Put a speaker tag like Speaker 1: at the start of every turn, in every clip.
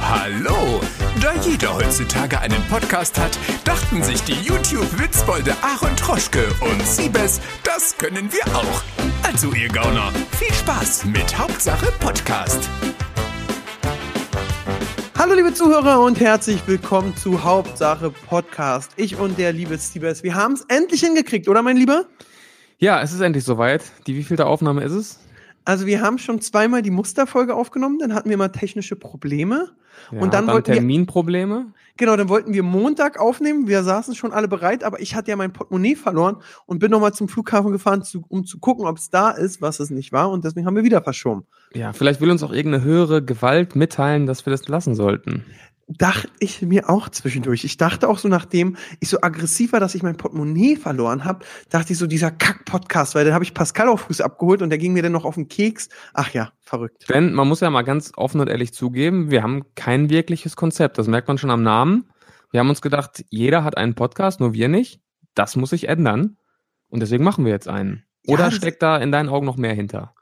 Speaker 1: Hallo! Da jeder heutzutage einen Podcast hat, dachten sich die YouTube-Witzbolde Aaron Troschke und Siebes, das können wir auch. Also ihr Gauner, viel Spaß mit Hauptsache Podcast.
Speaker 2: Hallo liebe Zuhörer und herzlich willkommen zu Hauptsache Podcast. Ich und der liebe Stevens, wir haben es endlich hingekriegt, oder mein Lieber?
Speaker 3: Ja, es ist endlich soweit. Die wievielte Aufnahme ist es?
Speaker 2: Also wir haben schon zweimal die Musterfolge aufgenommen, dann hatten wir mal technische Probleme.
Speaker 3: Ja,
Speaker 2: Und dann wollten wir-
Speaker 3: Terminprobleme.
Speaker 2: Genau, dann wollten wir Montag aufnehmen, wir saßen schon alle bereit, aber ich hatte ja mein Portemonnaie verloren und bin nochmal zum Flughafen gefahren, zu, um zu gucken, ob es da ist, was es nicht war und deswegen haben wir wieder verschoben.
Speaker 3: Ja, vielleicht will uns auch irgendeine höhere Gewalt mitteilen, dass wir das lassen sollten.
Speaker 2: Dachte ich mir auch zwischendurch. Ich dachte auch so, nachdem ich so aggressiv war, dass ich mein Portemonnaie verloren habe, dachte ich so, dieser Kack-Podcast, weil dann habe ich Pascal auch früh abgeholt und der ging mir dann noch auf den Keks. Ach ja, verrückt.
Speaker 3: Denn man muss ja mal ganz offen und ehrlich zugeben, wir haben kein wirkliches Konzept. Das merkt man schon am Namen. Wir haben uns gedacht, jeder hat einen Podcast, nur wir nicht. Das muss sich ändern. Und deswegen machen wir jetzt einen.
Speaker 2: Ja,
Speaker 3: Oder
Speaker 2: das-
Speaker 3: steckt da in deinen Augen noch mehr hinter?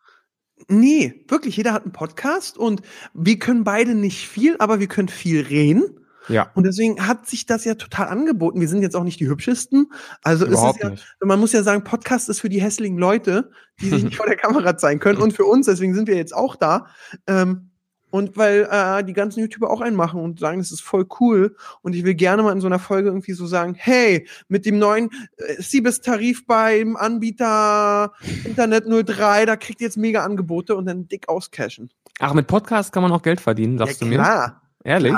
Speaker 2: Nee, wirklich, jeder hat einen Podcast und wir können beide nicht viel, aber wir können viel reden.
Speaker 3: Ja,
Speaker 2: Und deswegen hat sich das ja total angeboten. Wir sind jetzt auch nicht die hübschesten. Also ist es
Speaker 3: überhaupt
Speaker 2: ja,
Speaker 3: nicht.
Speaker 2: man muss ja sagen, Podcast ist für die hässlichen Leute, die sich nicht vor der Kamera zeigen können und für uns. Deswegen sind wir jetzt auch da. Ähm, und weil äh, die ganzen YouTuber auch einen machen und sagen, das ist voll cool. Und ich will gerne mal in so einer Folge irgendwie so sagen, hey, mit dem neuen äh, Siebes-Tarif beim Anbieter Internet 03, da kriegt ihr jetzt mega Angebote und dann dick auscashen.
Speaker 3: Ach, mit Podcast kann man auch Geld verdienen, sagst du mir?
Speaker 2: klar.
Speaker 3: Ehrlich?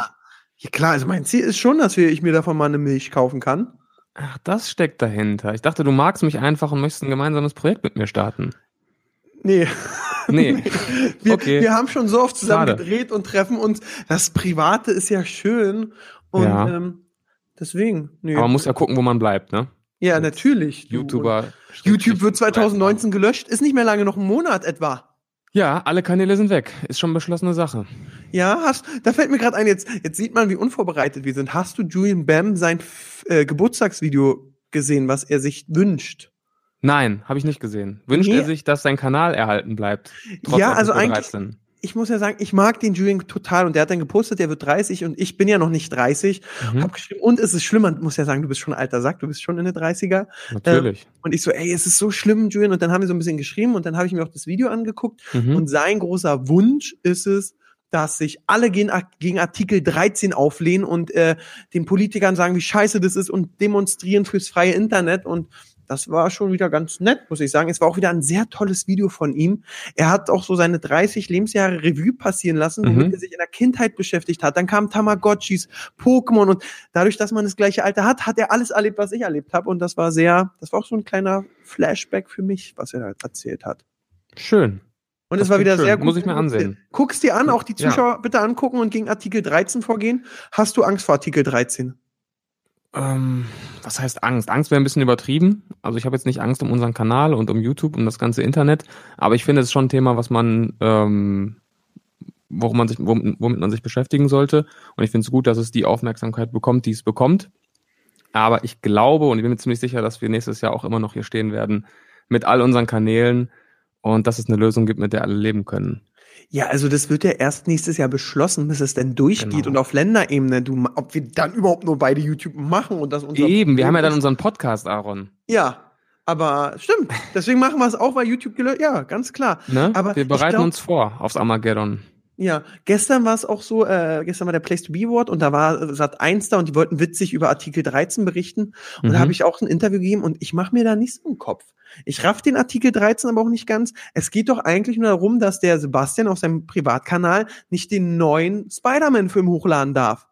Speaker 2: Ja klar, also mein Ziel ist schon, dass wir- ich mir davon mal eine Milch kaufen kann.
Speaker 3: Ach, das steckt dahinter. Ich dachte, du magst mich einfach und möchtest ein gemeinsames Projekt mit mir starten.
Speaker 2: Nee,
Speaker 3: Nee.
Speaker 2: wir,
Speaker 3: Okay.
Speaker 2: wir haben schon so oft zusammen
Speaker 3: Schade.
Speaker 2: gedreht und treffen uns. Das Private ist ja schön. Und
Speaker 3: Ja.
Speaker 2: ähm, deswegen. Nee.
Speaker 3: Aber man muss ja gucken, wo man bleibt, ne?
Speaker 2: ja, natürlich. du.
Speaker 3: YouTuber.
Speaker 2: YouTube wird 2019 gelöscht, ist nicht mehr lange, noch ein Monat etwa.
Speaker 3: Ja, alle Kanäle sind weg. Ist schon beschlossene Sache.
Speaker 2: Ja, hast, da fällt mir gerade ein, jetzt, jetzt sieht man, wie unvorbereitet wir sind. Hast du Julian Bam sein F- äh, Geburtstagsvideo gesehen, was er sich wünscht?
Speaker 3: Nein, habe ich nicht gesehen. Wünscht
Speaker 2: Nee.
Speaker 3: er sich, dass sein Kanal erhalten bleibt? trotz
Speaker 2: Ja, also
Speaker 3: Artikel
Speaker 2: eigentlich-
Speaker 3: 13?
Speaker 2: Ich muss ja sagen, ich mag den Julian total und der hat dann gepostet, der wird 30 und ich bin ja noch nicht 30.
Speaker 3: Mhm,
Speaker 2: Hab geschrieben, und es ist schlimm, man muss ja sagen, du bist schon ein alter Sack, du bist schon in den 30er.
Speaker 3: natürlich.
Speaker 2: Und ich so, ey, es ist so schlimm, Julian. Und dann haben wir so ein bisschen geschrieben und dann habe ich mir auch das Video angeguckt.
Speaker 3: mhm.
Speaker 2: äh, Und sein großer Wunsch ist es, dass sich alle gegen, Art- gegen Artikel 13 auflehnen und äh, den Politikern sagen, wie scheiße das ist und demonstrieren fürs freie Internet. Und das war schon wieder ganz nett, muss ich sagen. Es war auch wieder ein sehr tolles Video von ihm. Er hat auch so seine 30 Lebensjahre Revue passieren lassen, womit
Speaker 3: Mhm.
Speaker 2: er sich in der Kindheit beschäftigt hat. Dann kamen Tamagotchis, Pokémon und dadurch, dass man das gleiche Alter hat, hat er alles erlebt, was ich erlebt habe. Und das war sehr, das war auch so ein kleiner Flashback für mich, was er da erzählt hat.
Speaker 3: Schön.
Speaker 2: Und
Speaker 3: Das
Speaker 2: es war
Speaker 3: klingt
Speaker 2: wieder
Speaker 3: schön.
Speaker 2: sehr gut.
Speaker 3: Muss ich mir ansehen.
Speaker 2: Guck's dir an, auch die
Speaker 3: Ja.
Speaker 2: Zuschauer bitte angucken und gegen Artikel 13 vorgehen. Hast du Angst vor Artikel 13?
Speaker 3: Ähm, was heißt Angst? Angst wäre ein bisschen übertrieben. Also ich habe jetzt nicht Angst um unseren Kanal und um YouTube, um das ganze Internet. Aber ich finde, es ist schon ein Thema, was man, ähm, worum man sich, womit, womit man sich beschäftigen sollte. Und ich finde es gut, dass es die Aufmerksamkeit bekommt, die es bekommt. Aber ich glaube und ich bin mir ziemlich sicher, dass wir nächstes Jahr auch immer noch hier stehen werden mit all unseren Kanälen und dass es eine Lösung gibt, mit der alle leben können.
Speaker 2: Ja, also das wird ja erst nächstes Jahr beschlossen, bis es denn durchgeht
Speaker 3: Genau.
Speaker 2: und auf Länderebene, du, ma- ob wir dann überhaupt nur beide YouTube machen und das unser
Speaker 3: Eben, wir haben ja dann
Speaker 2: Problem
Speaker 3: unseren Podcast, Aaron.
Speaker 2: ist. Ja, aber stimmt. Deswegen machen wir es auch, weil YouTube gelöscht. Ja, ganz klar.
Speaker 3: Ne?
Speaker 2: Aber
Speaker 3: wir
Speaker 2: ich
Speaker 3: bereiten
Speaker 2: glaub-
Speaker 3: uns vor aufs Armageddon.
Speaker 2: Ja, gestern war es auch so, äh, gestern war der Place to Be Award und da war Sat 1 da und die wollten witzig über Artikel 13 berichten und da
Speaker 3: Mhm.
Speaker 2: habe ich auch ein Interview gegeben und ich mache mir da nicht so einen Kopf. Ich raff den Artikel 13 aber auch nicht ganz. Es geht doch eigentlich nur darum, dass der Sebastian auf seinem Privatkanal nicht den neuen Spider-Man-Film hochladen darf.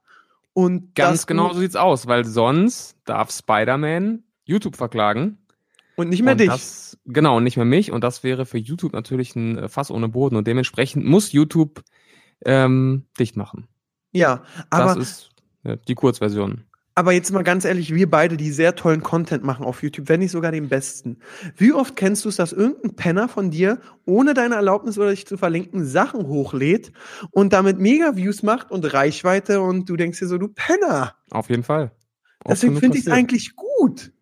Speaker 2: Und
Speaker 3: Ganz
Speaker 2: das-
Speaker 3: genau so sieht's aus, weil sonst darf Spider-Man YouTube verklagen.
Speaker 2: Und nicht mehr
Speaker 3: und
Speaker 2: dich.
Speaker 3: Das, genau, und nicht mehr mich. Und das wäre für YouTube natürlich ein äh, Fass ohne Boden. Und dementsprechend muss YouTube ähm, dicht machen.
Speaker 2: ja, aber
Speaker 3: das ist ja, die Kurzversion.
Speaker 2: Aber jetzt mal ganz ehrlich, wir beide, die sehr tollen Content machen auf YouTube, wenn nicht sogar den besten. Wie oft kennst du es, dass irgendein Penner von dir ohne deine Erlaubnis oder dich zu verlinken Sachen hochlädt und damit Mega-Views macht und Reichweite und du denkst dir so, du Penner.
Speaker 3: Auf jeden Fall. Oft
Speaker 2: Deswegen
Speaker 3: genug
Speaker 2: finde ich es
Speaker 3: passiert.
Speaker 2: eigentlich gut.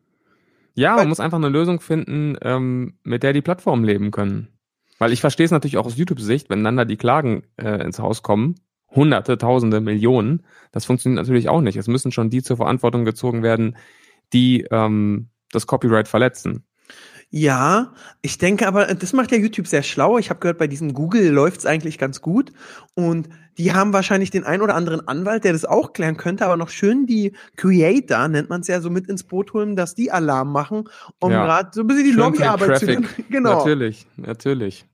Speaker 3: Ja,
Speaker 2: weil-
Speaker 3: man muss einfach eine Lösung finden, ähm, mit der die Plattformen leben können. Weil ich verstehe es natürlich auch aus YouTube-Sicht, wenn dann da die Klagen äh, ins Haus kommen Hunderte, Tausende, Millionen. Das funktioniert natürlich auch nicht. Es müssen schon die zur Verantwortung gezogen werden, die ähm, das Copyright verletzen.
Speaker 2: Ja, ich denke aber, das macht ja YouTube sehr schlau. Ich habe gehört, bei diesem Google läuft's eigentlich ganz gut. Und die haben wahrscheinlich den ein oder anderen Anwalt, der das auch klären könnte, aber noch schön die Creator, nennt man es ja so mit ins Boot holen, dass die Alarm machen, um
Speaker 3: Ja.
Speaker 2: gerade so ein bisschen die
Speaker 3: Schön
Speaker 2: Lobbyarbeit zu
Speaker 3: Traffic.
Speaker 2: Genau.
Speaker 3: Natürlich, natürlich.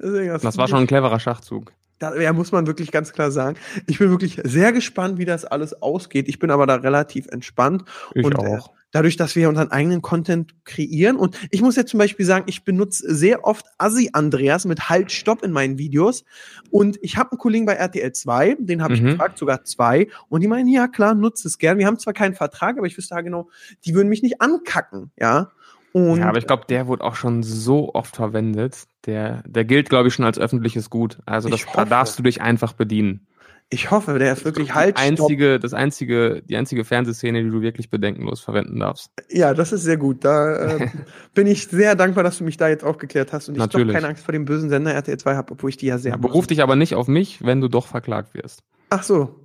Speaker 2: Deswegen, das-
Speaker 3: Das war schon ein cleverer Schachzug.
Speaker 2: Da ja, muss man wirklich ganz klar sagen. Ich bin wirklich sehr gespannt, wie das alles ausgeht. Ich bin aber da relativ entspannt.
Speaker 3: Ich
Speaker 2: Und, äh,
Speaker 3: auch.
Speaker 2: dadurch, dass wir unseren eigenen Content kreieren. Und ich muss jetzt zum Beispiel sagen, ich benutze sehr oft Assi Andreas mit Halt Stopp in meinen Videos. Und ich habe einen Kollegen bei RTL 2, den habe ich
Speaker 3: Mhm.
Speaker 2: gefragt, sogar zwei. Und die meinen, ja klar, nutzt es gern. Wir haben zwar keinen Vertrag, aber ich wüsste ja genau, die würden mich nicht ankacken, ja. Und
Speaker 3: ja, aber ich glaube, der wurde auch schon so oft verwendet. Der, der gilt, glaube ich, schon als öffentliches Gut. Also das,
Speaker 2: Ich
Speaker 3: da
Speaker 2: hoffe.
Speaker 3: darfst du dich einfach bedienen.
Speaker 2: ich hoffe, der ist wirklich Halt
Speaker 3: die
Speaker 2: Stopp.
Speaker 3: einzige, das einzige, die einzige Fernsehszene, die du wirklich bedenkenlos verwenden darfst.
Speaker 2: Ja, das ist sehr gut. Da äh, bin ich sehr dankbar, dass du mich da jetzt aufgeklärt hast und ich
Speaker 3: Natürlich.
Speaker 2: doch keine Angst vor dem bösen Sender RTL 2 habe, obwohl ich die ja sehr.
Speaker 3: Ja, beruf dich aber nicht auf mich, wenn du doch verklagt wirst.
Speaker 2: Ach so,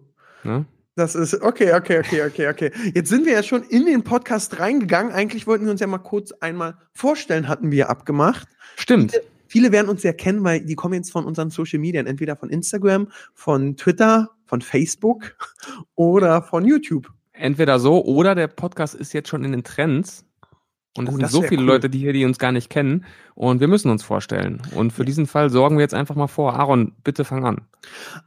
Speaker 3: Ne?
Speaker 2: Das ist okay, okay, okay, okay, okay. Jetzt sind wir ja schon in den Podcast reingegangen. Eigentlich wollten wir uns ja mal kurz einmal vorstellen, hatten wir abgemacht.
Speaker 3: Stimmt.
Speaker 2: Viele werden uns ja kennen, weil die kommen jetzt von unseren Social Medien, entweder von Instagram, von Twitter, von Facebook oder von YouTube.
Speaker 3: Entweder so oder der Podcast ist jetzt schon in den Trends. Und es
Speaker 2: Oh,
Speaker 3: sind
Speaker 2: das
Speaker 3: so
Speaker 2: wär
Speaker 3: viele
Speaker 2: cool.
Speaker 3: Leute, die hier, die uns gar nicht kennen. Und wir müssen uns vorstellen. Und für diesen Fall sorgen wir jetzt einfach mal vor. Aaron, bitte fang an.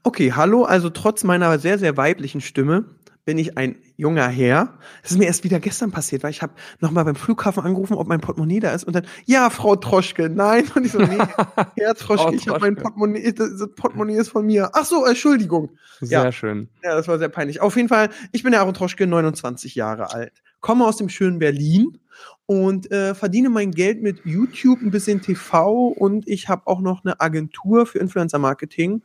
Speaker 2: Okay, hallo, also trotz meiner sehr, sehr weiblichen Stimme bin ich ein junger Herr. Das ist mir erst wieder gestern passiert, weil ich habe nochmal beim Flughafen angerufen, ob mein Portemonnaie da ist und dann, ja, Frau Troschke, nein. Und ich so, nee, Herr Troschke,
Speaker 3: Frau
Speaker 2: ich habe mein
Speaker 3: Troschke.
Speaker 2: Portemonnaie, das das Portemonnaie ist von mir. Ach so, Entschuldigung.
Speaker 3: Sehr
Speaker 2: Ja.
Speaker 3: schön.
Speaker 2: Ja, das war sehr peinlich. Auf jeden Fall, ich bin der Aaron Troschke, 29 Jahre alt, komme aus dem schönen Berlin und äh, verdiene mein Geld mit YouTube, ein bisschen TV und ich habe auch noch eine Agentur für Influencer-Marketing.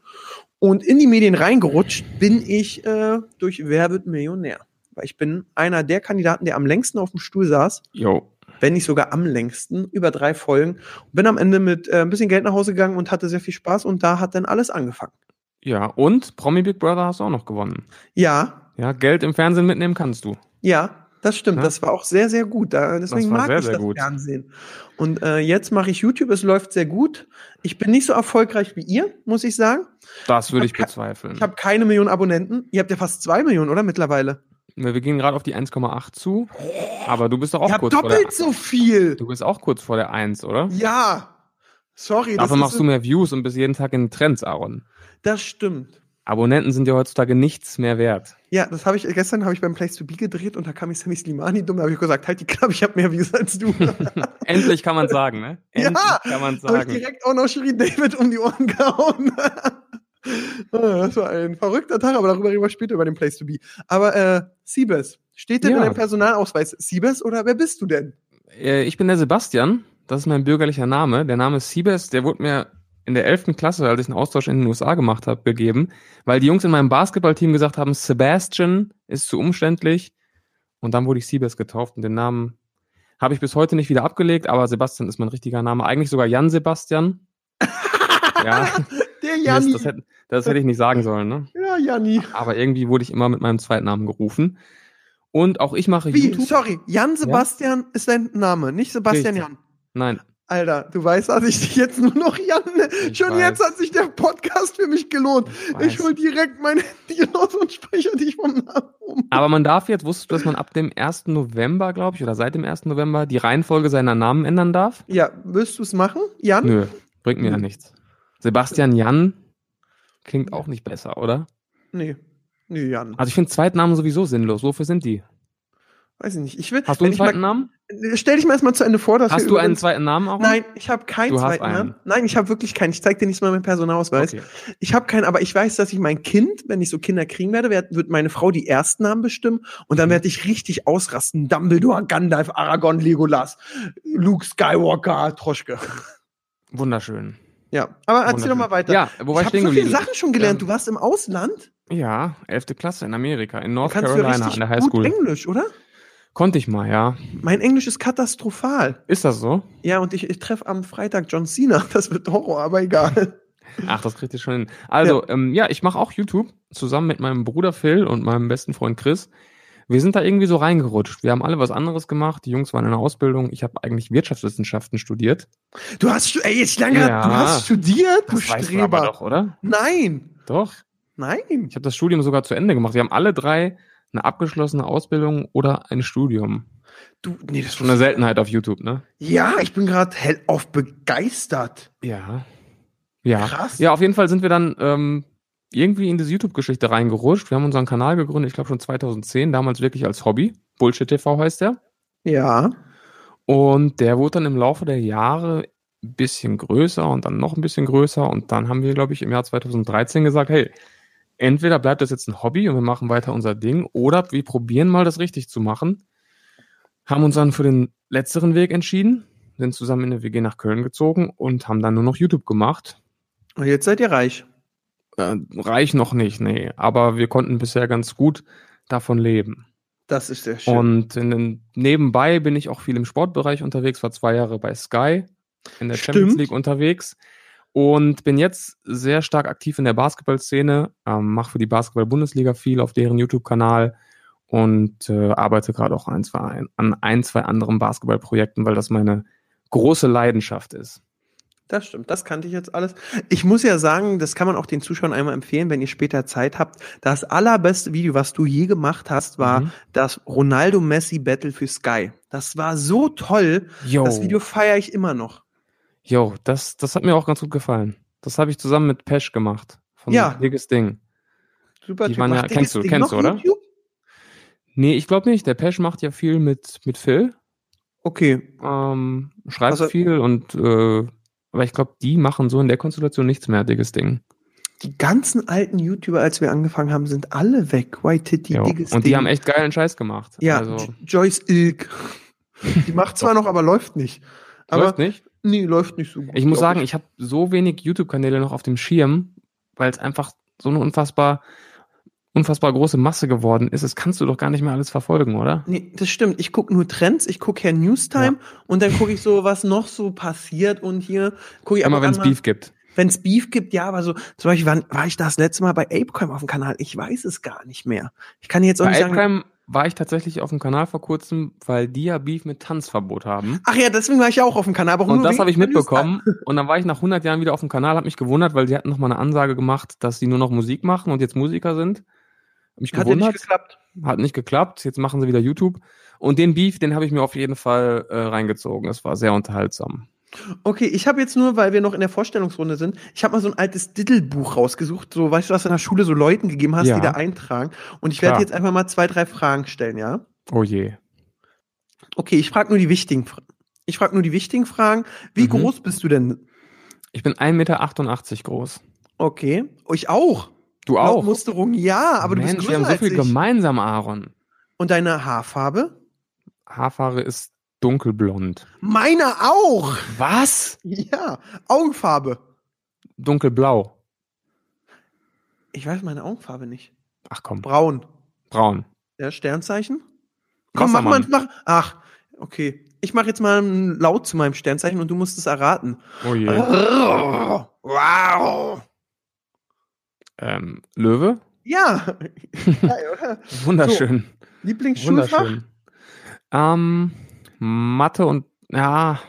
Speaker 2: Und in die Medien reingerutscht bin ich äh, durch Wer wird Millionär. Weil ich bin einer der Kandidaten, der am längsten auf dem Stuhl saß
Speaker 3: Jo.
Speaker 2: wenn nicht sogar am längsten, über drei Folgen. Bin am Ende mit äh, ein bisschen Geld nach Hause gegangen und hatte sehr viel Spaß und da hat dann alles angefangen.
Speaker 3: Ja, und Promi Big Brother hast du auch noch gewonnen.
Speaker 2: Ja,
Speaker 3: Ja, Geld im Fernsehen mitnehmen kannst du.
Speaker 2: ja, das stimmt.
Speaker 3: Ja.
Speaker 2: Das war auch sehr, sehr gut. Da, deswegen
Speaker 3: war
Speaker 2: mag
Speaker 3: sehr,
Speaker 2: ich
Speaker 3: sehr
Speaker 2: das
Speaker 3: gut.
Speaker 2: Fernsehen. Und äh, jetzt mache ich YouTube, es läuft sehr gut. Ich bin nicht so erfolgreich wie ihr, muss ich sagen.
Speaker 3: Das würde
Speaker 2: Ich
Speaker 3: ich
Speaker 2: hab ke-
Speaker 3: bezweifeln.
Speaker 2: Ich habe keine Million Abonnenten. Ihr habt ja fast zwei Millionen, oder? Mittlerweile.
Speaker 3: Wir wir gehen gerade auf die 1,8 zu, aber du bist doch
Speaker 2: ihr
Speaker 3: auch
Speaker 2: habt
Speaker 3: kurz vor der
Speaker 2: doppelt so viel.
Speaker 3: Du bist auch kurz vor der 1, oder?
Speaker 2: Ja. Sorry,
Speaker 3: Dafür
Speaker 2: ist
Speaker 3: machst du mehr Views und bist jeden Tag in den Trends, Aaron.
Speaker 2: das stimmt.
Speaker 3: Abonnenten sind ja heutzutage nichts mehr wert.
Speaker 2: Ja, das habe ich, gestern habe ich beim Place to Be gedreht und da kam ich Sammy Slimani dumm, da habe ich gesagt, halt die Klappe, ich habe mehr Views als du.
Speaker 3: Endlich kann man sagen, ne?
Speaker 2: Ja,
Speaker 3: Endlich kann
Speaker 2: habe
Speaker 3: man
Speaker 2: ich
Speaker 3: sagen.
Speaker 2: direkt auch noch Shirin David um die Ohren gehauen. Ah, das war ein verrückter Tag, aber darüber reden wir später über den Place to Be. Aber äh, Siebes, steht denn
Speaker 3: Ja.
Speaker 2: in deinem Personalausweis Siebes oder wer bist du denn?
Speaker 3: Äh, Ich bin der Sebastian, das ist mein bürgerlicher Name. Der Name Siebes, der wurde mir in der 11. Klasse, als ich einen Austausch in den USA gemacht habe, gegeben, weil die Jungs in meinem Basketballteam gesagt haben, Sebastian ist zu umständlich. Und dann wurde ich Siebes getauft und den Namen habe ich bis heute nicht wieder abgelegt, aber Sebastian ist mein richtiger Name. Eigentlich sogar Jan Sebastian. ja.
Speaker 2: Der
Speaker 3: Mist,
Speaker 2: Janni.
Speaker 3: das, hätte, das hätte ich nicht sagen sollen, ne?
Speaker 2: ja, Janni.
Speaker 3: Aber irgendwie wurde ich immer mit meinem zweiten Namen gerufen. Und auch ich mache
Speaker 2: Wie?
Speaker 3: YouTube.
Speaker 2: Sorry, Jan Sebastian ist dein Name, nicht Sebastian
Speaker 3: Richtig.
Speaker 2: Jan.
Speaker 3: Nein,
Speaker 2: Alter, du weißt, dass ich dich jetzt nur noch Jan.
Speaker 3: Ich
Speaker 2: Schon
Speaker 3: weiß.
Speaker 2: jetzt hat sich der Podcast für mich gelohnt. Ich
Speaker 3: weiß.
Speaker 2: hol direkt meine Handy raus und speichere dich vom Namen um.
Speaker 3: Aber man darf jetzt, wusstest du, dass man ab dem 1. November, glaube ich, oder seit dem 1. November die Reihenfolge seiner Namen ändern darf?
Speaker 2: Ja, willst du es machen, Jan?
Speaker 3: Nö, bringt mir ja
Speaker 2: Nö.
Speaker 3: nichts. Sebastian Jan klingt auch nicht besser, oder?
Speaker 2: Nee. Nee, Jan.
Speaker 3: Also ich finde Zweitnamen sowieso sinnlos. Wofür sind die?
Speaker 2: Weiß ich nicht. Ich will,
Speaker 3: Hast du einen
Speaker 2: wenn ich mal- äh,
Speaker 3: zweiten Namen?
Speaker 2: Stell dich mal erstmal zu Ende vor, dass
Speaker 3: Hast
Speaker 2: wir
Speaker 3: du
Speaker 2: über-
Speaker 3: einen zweiten Namen auch?
Speaker 2: Nein, ich habe keinen
Speaker 3: Du hast
Speaker 2: zweiten
Speaker 3: einen.
Speaker 2: Namen. Nein, ich habe wirklich keinen. Ich zeig dir nicht mal meinen Personalausweis.
Speaker 3: Okay.
Speaker 2: Ich habe keinen, aber ich weiß, dass ich mein Kind, wenn ich so Kinder kriegen werde, werd, wird meine Frau die ersten Namen bestimmen und
Speaker 3: Mhm.
Speaker 2: dann werde ich richtig ausrasten. Dumbledore, Gandalf, Aragorn, Legolas, Luke Skywalker, Troschke.
Speaker 3: Wunderschön.
Speaker 2: Ja, aber erzähl doch
Speaker 3: Wunderschön.
Speaker 2: mal weiter.
Speaker 3: Ja, wo war
Speaker 2: ich
Speaker 3: ich
Speaker 2: habe
Speaker 3: stehen
Speaker 2: so viele
Speaker 3: geblieben?
Speaker 2: Sachen schon gelernt.
Speaker 3: Ähm,
Speaker 2: Du warst im Ausland.
Speaker 3: Ja, 11. Klasse in Amerika, in
Speaker 2: Du
Speaker 3: North
Speaker 2: kannst ja
Speaker 3: Carolina
Speaker 2: richtig
Speaker 3: an der High
Speaker 2: gut
Speaker 3: School.
Speaker 2: Englisch, oder?
Speaker 3: Konnte ich mal, ja.
Speaker 2: Mein Englisch ist katastrophal.
Speaker 3: Ist das so?
Speaker 2: Ja, und ich, ich treffe am Freitag John Cena. Das wird Horror, aber egal.
Speaker 3: Ach, das kriegt ihr schon hin. Also, ja, ähm, ja ich mache auch YouTube zusammen mit meinem Bruder Phil und meinem besten Freund Chris. Wir sind da irgendwie so reingerutscht. Wir haben alle was anderes gemacht. Die Jungs waren in der Ausbildung. Ich habe eigentlich Wirtschaftswissenschaften studiert.
Speaker 2: Du hast, stu- ey, jetzt lange,
Speaker 3: Ja.
Speaker 2: du hast studiert, du
Speaker 3: Das weißt du aber
Speaker 2: Streber.
Speaker 3: doch, oder?
Speaker 2: Nein,
Speaker 3: Doch.
Speaker 2: nein.
Speaker 3: Ich habe das Studium sogar zu Ende gemacht. Wir haben alle drei eine abgeschlossene Ausbildung oder ein Studium.
Speaker 2: Du, nee, das
Speaker 3: Schon eine Seltenheit auf YouTube, ne?
Speaker 2: Ja, ich bin gerade hellauf begeistert.
Speaker 3: Ja. Ja.
Speaker 2: Krass.
Speaker 3: Ja, auf jeden Fall sind wir dann ähm, irgendwie in diese YouTube-Geschichte reingerutscht. Wir haben unseren Kanal gegründet, ich glaube schon 2010, damals wirklich als Hobby. Bullshit TV heißt der.
Speaker 2: Ja.
Speaker 3: Und der wurde dann im Laufe der Jahre ein bisschen größer und dann noch ein bisschen größer. Und dann haben wir, glaube ich, im Jahr 2013 gesagt, hey, entweder bleibt das jetzt ein Hobby und wir machen weiter unser Ding oder wir probieren mal das richtig zu machen. Haben uns dann für den letzteren Weg entschieden, sind zusammen in eine WG nach Köln gezogen und haben dann nur noch YouTube gemacht.
Speaker 2: Und jetzt seid ihr reich.
Speaker 3: Äh, reich noch nicht, nee. Aber wir konnten bisher ganz gut davon leben.
Speaker 2: Das ist sehr schön.
Speaker 3: Und in den, nebenbei bin ich auch viel im Sportbereich unterwegs, war zwei Jahre bei Sky in der Champions
Speaker 2: Stimmt.
Speaker 3: League unterwegs und bin jetzt sehr stark aktiv in der Basketballszene, ähm, mache für die Basketball-Bundesliga viel auf deren YouTube-Kanal und äh, arbeite gerade auch ein, zwei, an ein, zwei anderen Basketballprojekten, weil das meine große Leidenschaft ist.
Speaker 2: Das stimmt, das kannte ich jetzt alles. Ich muss ja sagen, das kann man auch den Zuschauern einmal empfehlen, wenn ihr später Zeit habt. Das allerbeste Video, was du je gemacht hast, war
Speaker 3: Mhm.
Speaker 2: das Ronaldo Messi Battle für Sky. Das war so toll.
Speaker 3: Yo.
Speaker 2: Das Video feiere ich immer noch.
Speaker 3: Jo, das, das hat mir auch ganz gut gefallen. Das habe ich zusammen mit Pesch gemacht. Von
Speaker 2: Ja.
Speaker 3: Dickes Ding.
Speaker 2: Super
Speaker 3: Die waren ja-
Speaker 2: Macht der
Speaker 3: kennst
Speaker 2: jetzt
Speaker 3: du- kennst
Speaker 2: noch
Speaker 3: du, oder?
Speaker 2: YouTube?
Speaker 3: Nee, ich glaube nicht. Der Pesch macht ja viel mit, mit Phil.
Speaker 2: Okay.
Speaker 3: Ähm, schreibt
Speaker 2: Also-
Speaker 3: viel und äh, aber ich glaube, die machen so in der Konstellation nichts mehr, Dickes Ding.
Speaker 2: Die ganzen alten YouTuber, als wir angefangen haben, sind alle weg. White Titty,
Speaker 3: Jo.
Speaker 2: dickes
Speaker 3: Und die
Speaker 2: Ding.
Speaker 3: haben echt geilen Scheiß gemacht.
Speaker 2: Ja,
Speaker 3: also,
Speaker 2: Jo- Joyce Ilk. Die macht zwar noch, aber läuft nicht. Aber
Speaker 3: läuft nicht.
Speaker 2: nee, läuft nicht so gut.
Speaker 3: Ich muss
Speaker 2: glaub
Speaker 3: sagen, ich habe so wenig YouTube-Kanäle noch auf dem Schirm, weil es einfach so eine unfassbar, unfassbar große Masse geworden ist. Das kannst du doch gar nicht mehr alles verfolgen, oder?
Speaker 2: Nee, das stimmt. Ich gucke nur Trends, ich gucke her Newstime und dann gucke ich so, was noch so passiert und hier gucke ich
Speaker 3: Immer wenn es
Speaker 2: wenn's
Speaker 3: Beef gibt.
Speaker 2: Wenn's Beef gibt, ja, aber so, zum Beispiel wann, war ich das letzte Mal bei Apecrime auf dem Kanal? Ich weiß es gar nicht mehr. Ich kann jetzt auch
Speaker 3: Bei
Speaker 2: nicht sagen.
Speaker 3: Adcrime war ich tatsächlich auf dem Kanal vor kurzem, weil die ja Beef mit Tanzverbot haben.
Speaker 2: Ach ja, deswegen war ich ja auch auf dem Kanal. Aber
Speaker 3: Und das
Speaker 2: wegen
Speaker 3: habe ich
Speaker 2: Newstime.
Speaker 3: mitbekommen. Und dann war ich nach 100 Jahren wieder auf dem Kanal, habe mich gewundert, weil die hatten nochmal eine Ansage gemacht, dass sie nur noch Musik machen und jetzt Musiker sind. Hab mich
Speaker 2: Hat ja
Speaker 3: gewundert,
Speaker 2: nicht geklappt.
Speaker 3: hat nicht geklappt. Jetzt machen sie wieder YouTube. Und den Beef, den habe ich mir auf jeden Fall äh, reingezogen. Das war sehr unterhaltsam.
Speaker 2: Okay, ich habe jetzt nur, weil wir noch in der Vorstellungsrunde sind, ich habe mal so ein altes Diddle-Buch rausgesucht. So, weißt du, was du in der Schule so Leuten gegeben hast,
Speaker 3: Ja.
Speaker 2: die da eintragen. Und ich werde
Speaker 3: Klar.
Speaker 2: jetzt einfach mal zwei, drei Fragen stellen, ja?
Speaker 3: Oh je.
Speaker 2: Okay, ich frage nur die wichtigen Fragen. Ich frage nur die wichtigen Fragen. Wie
Speaker 3: Mhm.
Speaker 2: groß bist du denn?
Speaker 3: Ich bin 1,88 Meter groß.
Speaker 2: Okay. Ich auch.
Speaker 3: Du
Speaker 2: Laut
Speaker 3: auch.
Speaker 2: Musterung, ja, aber du
Speaker 3: Mensch,
Speaker 2: bist
Speaker 3: wir
Speaker 2: größer
Speaker 3: haben so viel
Speaker 2: als ich.
Speaker 3: gemeinsam, Aaron.
Speaker 2: Und deine Haarfarbe?
Speaker 3: Haarfarbe ist dunkelblond.
Speaker 2: Meine auch.
Speaker 3: Was?
Speaker 2: Ja. Augenfarbe.
Speaker 3: Dunkelblau.
Speaker 2: Ich weiß meine Augenfarbe nicht.
Speaker 3: Ach komm,
Speaker 2: Braun.
Speaker 3: braun.
Speaker 2: Ja, Sternzeichen? Komm, mach mal,
Speaker 3: Wassermann.
Speaker 2: mach. Ach, okay. Ich mache jetzt mal ein laut zu meinem Sternzeichen und du musst es erraten.
Speaker 3: Oh je.
Speaker 2: Wow.
Speaker 3: Ähm, Löwe?
Speaker 2: Ja. Geil, oder?
Speaker 3: Wunderschön.
Speaker 2: Lieblingsschulfach?
Speaker 3: Wunderschön. Ähm, Mathe und ja,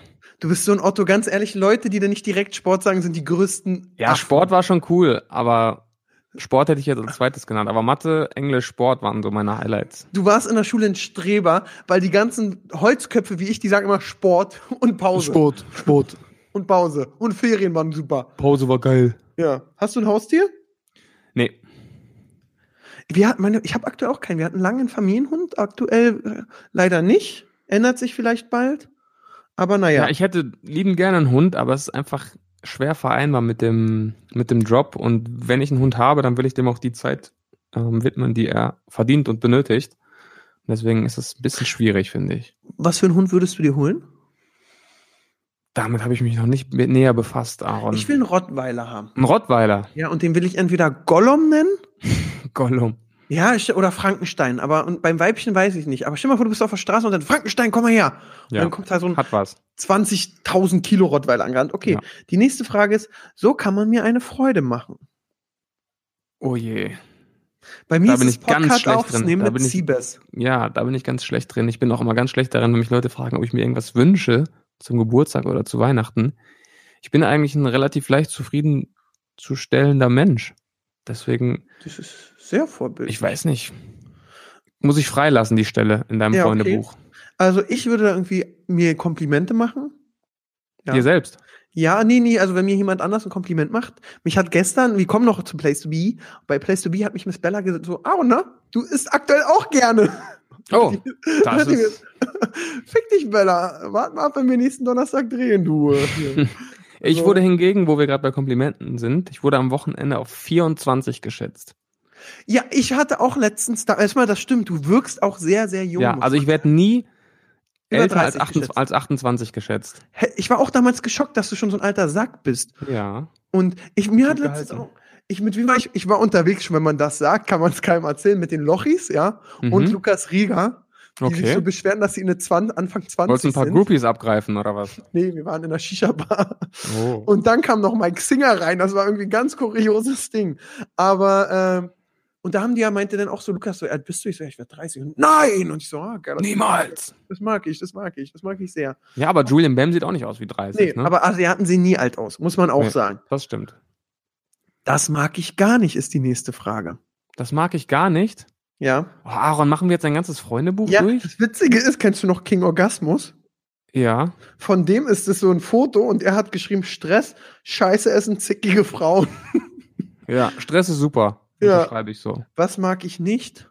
Speaker 2: Du bist so ein Otto, ganz ehrlich, Leute, die dir nicht direkt Sport sagen, sind die größten.
Speaker 3: ja
Speaker 2: Affen.
Speaker 3: Sport war schon cool, aber Sport hätte ich jetzt als zweites genannt. Aber Mathe, Englisch, Sport waren so meine Highlights.
Speaker 2: Du warst in der Schule ein Streber, weil die ganzen Holzköpfe wie ich, die sagen immer Sport und Pause.
Speaker 3: Sport, Sport.
Speaker 2: Und Pause. Und Ferien waren super.
Speaker 3: Pause war geil.
Speaker 2: Ja. Hast du ein Haustier?
Speaker 3: Nee,
Speaker 2: Wir hatten, meine, ich habe aktuell auch keinen. Wir hatten lange einen Familienhund, aktuell äh, leider nicht. Ändert sich vielleicht bald. Aber
Speaker 3: ja.
Speaker 2: naja.
Speaker 3: ich hätte lieben gerne einen Hund, aber es ist einfach schwer vereinbar mit dem, mit dem Job. Und wenn ich einen Hund habe, dann will ich dem auch die Zeit ähm, widmen, die er verdient und benötigt. Deswegen ist es ein bisschen schwierig, finde ich.
Speaker 2: Was für einen Hund würdest du dir holen?
Speaker 3: Damit habe ich mich noch nicht mit- näher befasst, Aaron.
Speaker 2: Ich will einen Rottweiler haben.
Speaker 3: ein Rottweiler.
Speaker 2: Ja, und den will ich entweder Gollum nennen
Speaker 3: Gollum.
Speaker 2: Ja, ich- oder Frankenstein, aber und beim Weibchen weiß ich nicht. Aber stell dir mal vor, du bist auf der Straße und dann Frankenstein, komm mal her. Und
Speaker 3: Ja.
Speaker 2: dann kommt da so ein
Speaker 3: Hat was.
Speaker 2: 20.000 Kilo Rottweiler angerannt. Okay,
Speaker 3: Ja.
Speaker 2: die nächste Frage ist, so kann man mir eine Freude machen.
Speaker 3: Oh je.
Speaker 2: Bei mir
Speaker 3: Da
Speaker 2: ist
Speaker 3: bin
Speaker 2: es
Speaker 3: ich ganz
Speaker 2: Podcast
Speaker 3: schlecht drin.
Speaker 2: aufnehmen
Speaker 3: Da
Speaker 2: mit
Speaker 3: bin ich-
Speaker 2: Siebes.
Speaker 3: Ja, da bin ich ganz schlecht drin. Ich bin auch immer ganz schlecht darin, wenn mich Leute fragen, ob ich mir irgendwas wünsche zum Geburtstag oder zu Weihnachten. Ich bin eigentlich ein relativ leicht zufriedenzustellender Mensch. Deswegen,
Speaker 2: Das ist sehr vorbildlich.
Speaker 3: ich weiß nicht. Muss ich freilassen, die Stelle in deinem
Speaker 2: Ja, okay.
Speaker 3: Freundebuch.
Speaker 2: Also ich würde irgendwie mir Komplimente machen. Ja.
Speaker 3: Dir selbst.
Speaker 2: Ja, nee, nee, also wenn mir jemand anders ein Kompliment macht. Mich hat gestern, wir kommen noch zu Place to Be, bei Place to Be hat mich Miss Bella gesagt, so, ah, ne? Du isst aktuell auch gerne.
Speaker 3: Oh, das
Speaker 2: Hat die
Speaker 3: ist,
Speaker 2: gesagt, Fick dich, Bella. Warte mal ab, wenn wir nächsten Donnerstag drehen, du. Hier.
Speaker 3: ich wurde hingegen, wo wir gerade bei Komplimenten sind, ich wurde am Wochenende auf 24 geschätzt.
Speaker 2: ja, ich hatte auch letztens, da, erstmal, das stimmt, du wirkst auch sehr, sehr jung.
Speaker 3: Ja, also ich werde nie
Speaker 2: Über
Speaker 3: älter als
Speaker 2: 30
Speaker 3: 28,
Speaker 2: geschätzt.
Speaker 3: als 28 geschätzt.
Speaker 2: Hä, ich war auch damals geschockt, dass du schon so ein alter Sack bist.
Speaker 3: Ja.
Speaker 2: Und ich, mir hat
Speaker 3: Gut
Speaker 2: letztens auch,
Speaker 3: gehalten.
Speaker 2: ich, mit wem war ich, ich war unterwegs, schon, wenn man das sagt, kann man es keinem erzählen, mit den Lochis, ja, und
Speaker 3: Mhm.
Speaker 2: Lukas Rieger. Die sich so
Speaker 3: Okay.
Speaker 2: beschweren, dass sie in der 20, Anfang 20
Speaker 3: Wolltest du ein paar
Speaker 2: sind.
Speaker 3: Groupies abgreifen oder was?
Speaker 2: Nee, wir waren in einer Shisha-Bar.
Speaker 3: Oh.
Speaker 2: Und dann kam noch Mike Singer rein. Das war irgendwie ein ganz kurioses Ding. Aber, ähm, und da haben die ja, meinte dann auch so, Lukas, so, er bist du? Ich so, ja, ich werde 30. Und nein! Und ich so, ah, geil. Das,
Speaker 3: Niemals!
Speaker 2: das mag ich, das mag ich, das mag ich sehr.
Speaker 3: Ja, aber Julian Bam sieht auch nicht aus wie 30.
Speaker 2: Nee,
Speaker 3: ne?
Speaker 2: aber Asiaten sehen nie alt aus, muss man auch
Speaker 3: Nee.
Speaker 2: sagen.
Speaker 3: das stimmt.
Speaker 2: Das mag ich gar nicht, ist die nächste Frage.
Speaker 3: Das mag ich gar nicht.
Speaker 2: Ja.
Speaker 3: Oh, Aaron, machen wir jetzt ein ganzes Freundebuch
Speaker 2: Ja,
Speaker 3: durch?
Speaker 2: das Witzige ist, kennst du noch King Orgasmus?
Speaker 3: Ja.
Speaker 2: Von dem ist es so ein Foto und er hat geschrieben, Stress, Scheiße essen, zickige Frauen.
Speaker 3: Ja, Stress ist super.
Speaker 2: Ja.
Speaker 3: Das schreibe ich so.
Speaker 2: Was mag ich nicht?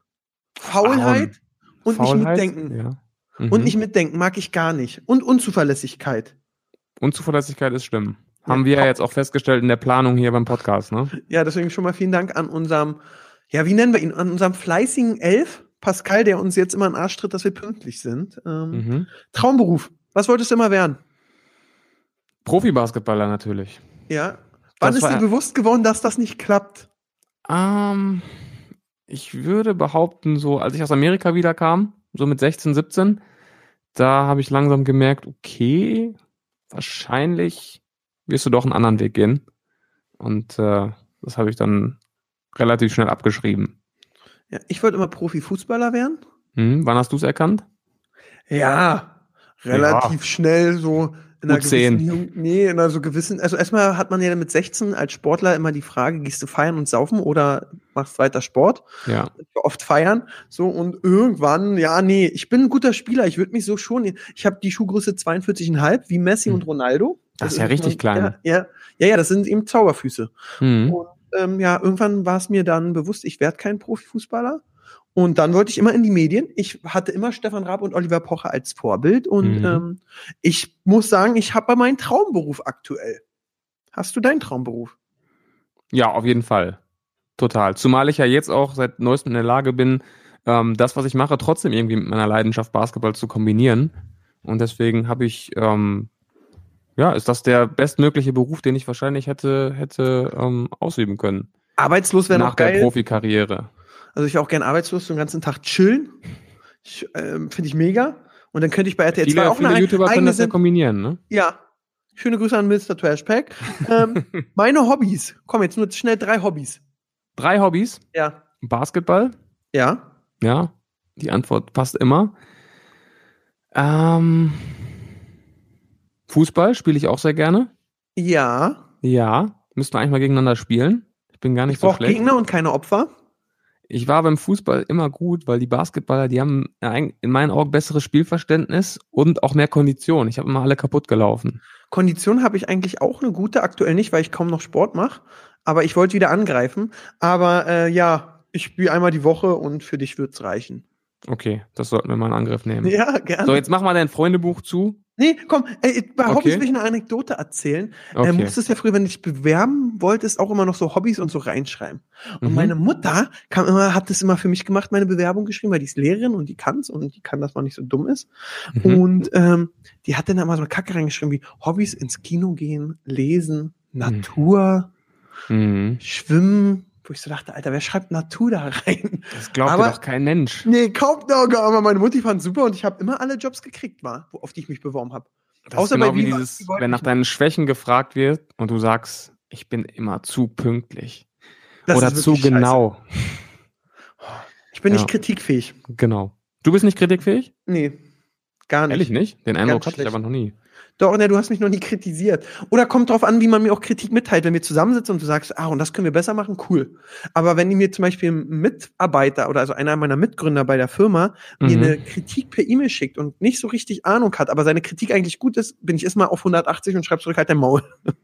Speaker 2: Faulheit und nicht
Speaker 3: Faulheit,
Speaker 2: mitdenken.
Speaker 3: Ja. Mhm.
Speaker 2: Und nicht mitdenken mag ich gar nicht. Und Unzuverlässigkeit.
Speaker 3: Unzuverlässigkeit ist schlimm.
Speaker 2: Ja.
Speaker 3: Haben wir ja jetzt auch festgestellt in der Planung hier beim Podcast, ne?
Speaker 2: Ja, deswegen schon mal vielen Dank an unserem, ja, wie nennen wir ihn? An unserem fleißigen Elf, Pascal, der uns jetzt immer einen Arsch tritt, dass wir pünktlich sind. Ähm,
Speaker 3: Mhm.
Speaker 2: Traumberuf. Was wolltest du immer werden?
Speaker 3: Profibasketballer natürlich.
Speaker 2: Ja. Wann
Speaker 3: Das
Speaker 2: ist
Speaker 3: war-
Speaker 2: dir bewusst geworden, dass das nicht klappt?
Speaker 3: Ähm, ich würde behaupten, so als ich aus Amerika wiederkam, so mit 16, 17, da habe ich langsam gemerkt, okay, wahrscheinlich wirst du doch einen anderen Weg gehen. Und äh, das habe ich dann relativ schnell abgeschrieben.
Speaker 2: Ja, ich wollte immer Profifußballer werden.
Speaker 3: Hm, wann hast du es erkannt?
Speaker 2: Ja, relativ schnell so in einer
Speaker 3: U10.
Speaker 2: gewissen Jung nee, in einer so gewissen, also erstmal hat man ja mit 16 als Sportler immer die Frage, gehst du feiern und saufen oder machst weiter Sport?
Speaker 3: Ja.
Speaker 2: Ich war oft feiern, so und irgendwann, ja, nee, ich bin ein guter Spieler, ich würde mich so schon, ich habe die Schuhgröße 42,5 wie Messi
Speaker 3: Hm.
Speaker 2: und Ronaldo.
Speaker 3: Das ist ja richtig klein.
Speaker 2: Ja, ja, ja, ja, das sind eben Zauberfüße.
Speaker 3: Hm.
Speaker 2: Und ähm, ja, irgendwann war es mir dann bewusst, ich werde kein Profifußballer. Und dann wollte ich immer in die Medien. Ich hatte immer Stefan Raab und Oliver Pocher als Vorbild. Und
Speaker 3: Mhm.
Speaker 2: ähm, ich muss sagen, ich habe meinen Traumberuf aktuell. Hast du deinen Traumberuf?
Speaker 3: Ja, auf jeden Fall. Total. Zumal ich ja jetzt auch seit neuestem in der Lage bin, ähm, das, was ich mache, trotzdem irgendwie mit meiner Leidenschaft Basketball zu kombinieren. Und deswegen habe ich, ähm, ja, ist das der bestmögliche Beruf, den ich wahrscheinlich hätte, hätte ähm, ausüben können.
Speaker 2: Arbeitslos wäre
Speaker 3: Nach
Speaker 2: noch
Speaker 3: der
Speaker 2: geil.
Speaker 3: Profikarriere.
Speaker 2: Also ich wäre auch gern arbeitslos, so den ganzen Tag chillen. Ich, ähm, Finde ich mega. Und dann könnte ich bei RTL 2
Speaker 3: Viele,
Speaker 2: auch
Speaker 3: viele
Speaker 2: eine
Speaker 3: YouTuber können
Speaker 2: eigene
Speaker 3: das ja
Speaker 2: Sendung.
Speaker 3: kombinieren, ne?
Speaker 2: Ja. Schöne Grüße an Mr. Trashpack. ähm, meine Hobbys. Komm, jetzt nur schnell drei Hobbys.
Speaker 3: Drei Hobbys.
Speaker 2: Ja.
Speaker 3: Basketball,
Speaker 2: Ja.
Speaker 3: ja. Die Antwort passt immer. Ähm, Fußball spiele ich auch sehr gerne.
Speaker 2: Ja.
Speaker 3: Ja, müssten wir eigentlich mal gegeneinander spielen. Ich bin gar nicht
Speaker 2: Ich
Speaker 3: so
Speaker 2: brauche
Speaker 3: schlecht.
Speaker 2: Gegner und keine Opfer.
Speaker 3: Ich war beim Fußball immer gut, weil die Basketballer, die haben eig- in meinen Augen besseres Spielverständnis und auch mehr Kondition. Ich habe immer alle kaputt gelaufen.
Speaker 2: Kondition habe ich eigentlich auch eine gute, aktuell nicht, weil ich kaum noch Sport mache. Aber ich wollte wieder angreifen. Aber äh, ja, ich spiele einmal die Woche und für dich wird's reichen.
Speaker 3: Okay, das sollten wir mal in Angriff nehmen.
Speaker 2: Ja, gerne.
Speaker 3: So, jetzt mach mal dein Freundebuch zu.
Speaker 2: nee, komm, äh, bei
Speaker 3: Okay.
Speaker 2: Hobbys will ich eine Anekdote erzählen.
Speaker 3: Okay.
Speaker 2: Äh, musstest ja früher, wenn du dich bewerben wolltest, auch immer noch so Hobbys und so reinschreiben. Und
Speaker 3: Mhm.
Speaker 2: meine Mutter kam immer, hat das immer für mich gemacht, meine Bewerbung geschrieben, weil die ist Lehrerin und die kann's und die kann, dass man nicht so dumm ist.
Speaker 3: Mhm.
Speaker 2: Und ähm, die hat dann immer so eine Kacke reingeschrieben wie Hobbys Hm. ins Kino gehen, lesen, Natur,
Speaker 3: Mhm.
Speaker 2: Schwimmen, wo ich so dachte, Alter, wer schreibt Natur da rein?
Speaker 3: Das glaubt
Speaker 2: Aber-
Speaker 3: dir doch kein Mensch.
Speaker 2: Nee, kaum Dogger, aber meine Mutti fand super und ich habe immer alle Jobs gekriegt, war, wo- auf die ich mich beworben habe.
Speaker 3: Das
Speaker 2: Außer
Speaker 3: ist genau
Speaker 2: bei
Speaker 3: wie
Speaker 2: Viva,
Speaker 3: dieses,
Speaker 2: die wollten
Speaker 3: wenn nach
Speaker 2: nicht
Speaker 3: deinen Schwächen gefragt wird und du sagst, ich bin immer zu pünktlich
Speaker 2: Das
Speaker 3: oder
Speaker 2: ist
Speaker 3: zu
Speaker 2: wirklich scheiße.
Speaker 3: genau.
Speaker 2: Ich bin
Speaker 3: Ja.
Speaker 2: nicht kritikfähig.
Speaker 3: Genau. Du bist nicht kritikfähig?
Speaker 2: Nee, gar nicht.
Speaker 3: Ehrlich ne? nicht? Den Eindruck
Speaker 2: Ganz
Speaker 3: hatte ich
Speaker 2: schlecht.
Speaker 3: aber noch nie.
Speaker 2: Doch, ne, du hast mich noch nie kritisiert. Oder kommt drauf an, wie man mir auch Kritik mitteilt. Wenn wir zusammensitzen und du sagst, ah, und das können wir besser machen, cool. Aber wenn mir zum Beispiel ein Mitarbeiter oder also einer meiner Mitgründer bei der Firma mir
Speaker 3: Mhm.
Speaker 2: eine Kritik per E-Mail schickt und nicht so richtig Ahnung hat, aber seine Kritik eigentlich gut ist, bin ich erstmal auf 180 und schreib zurück halt dein Maul.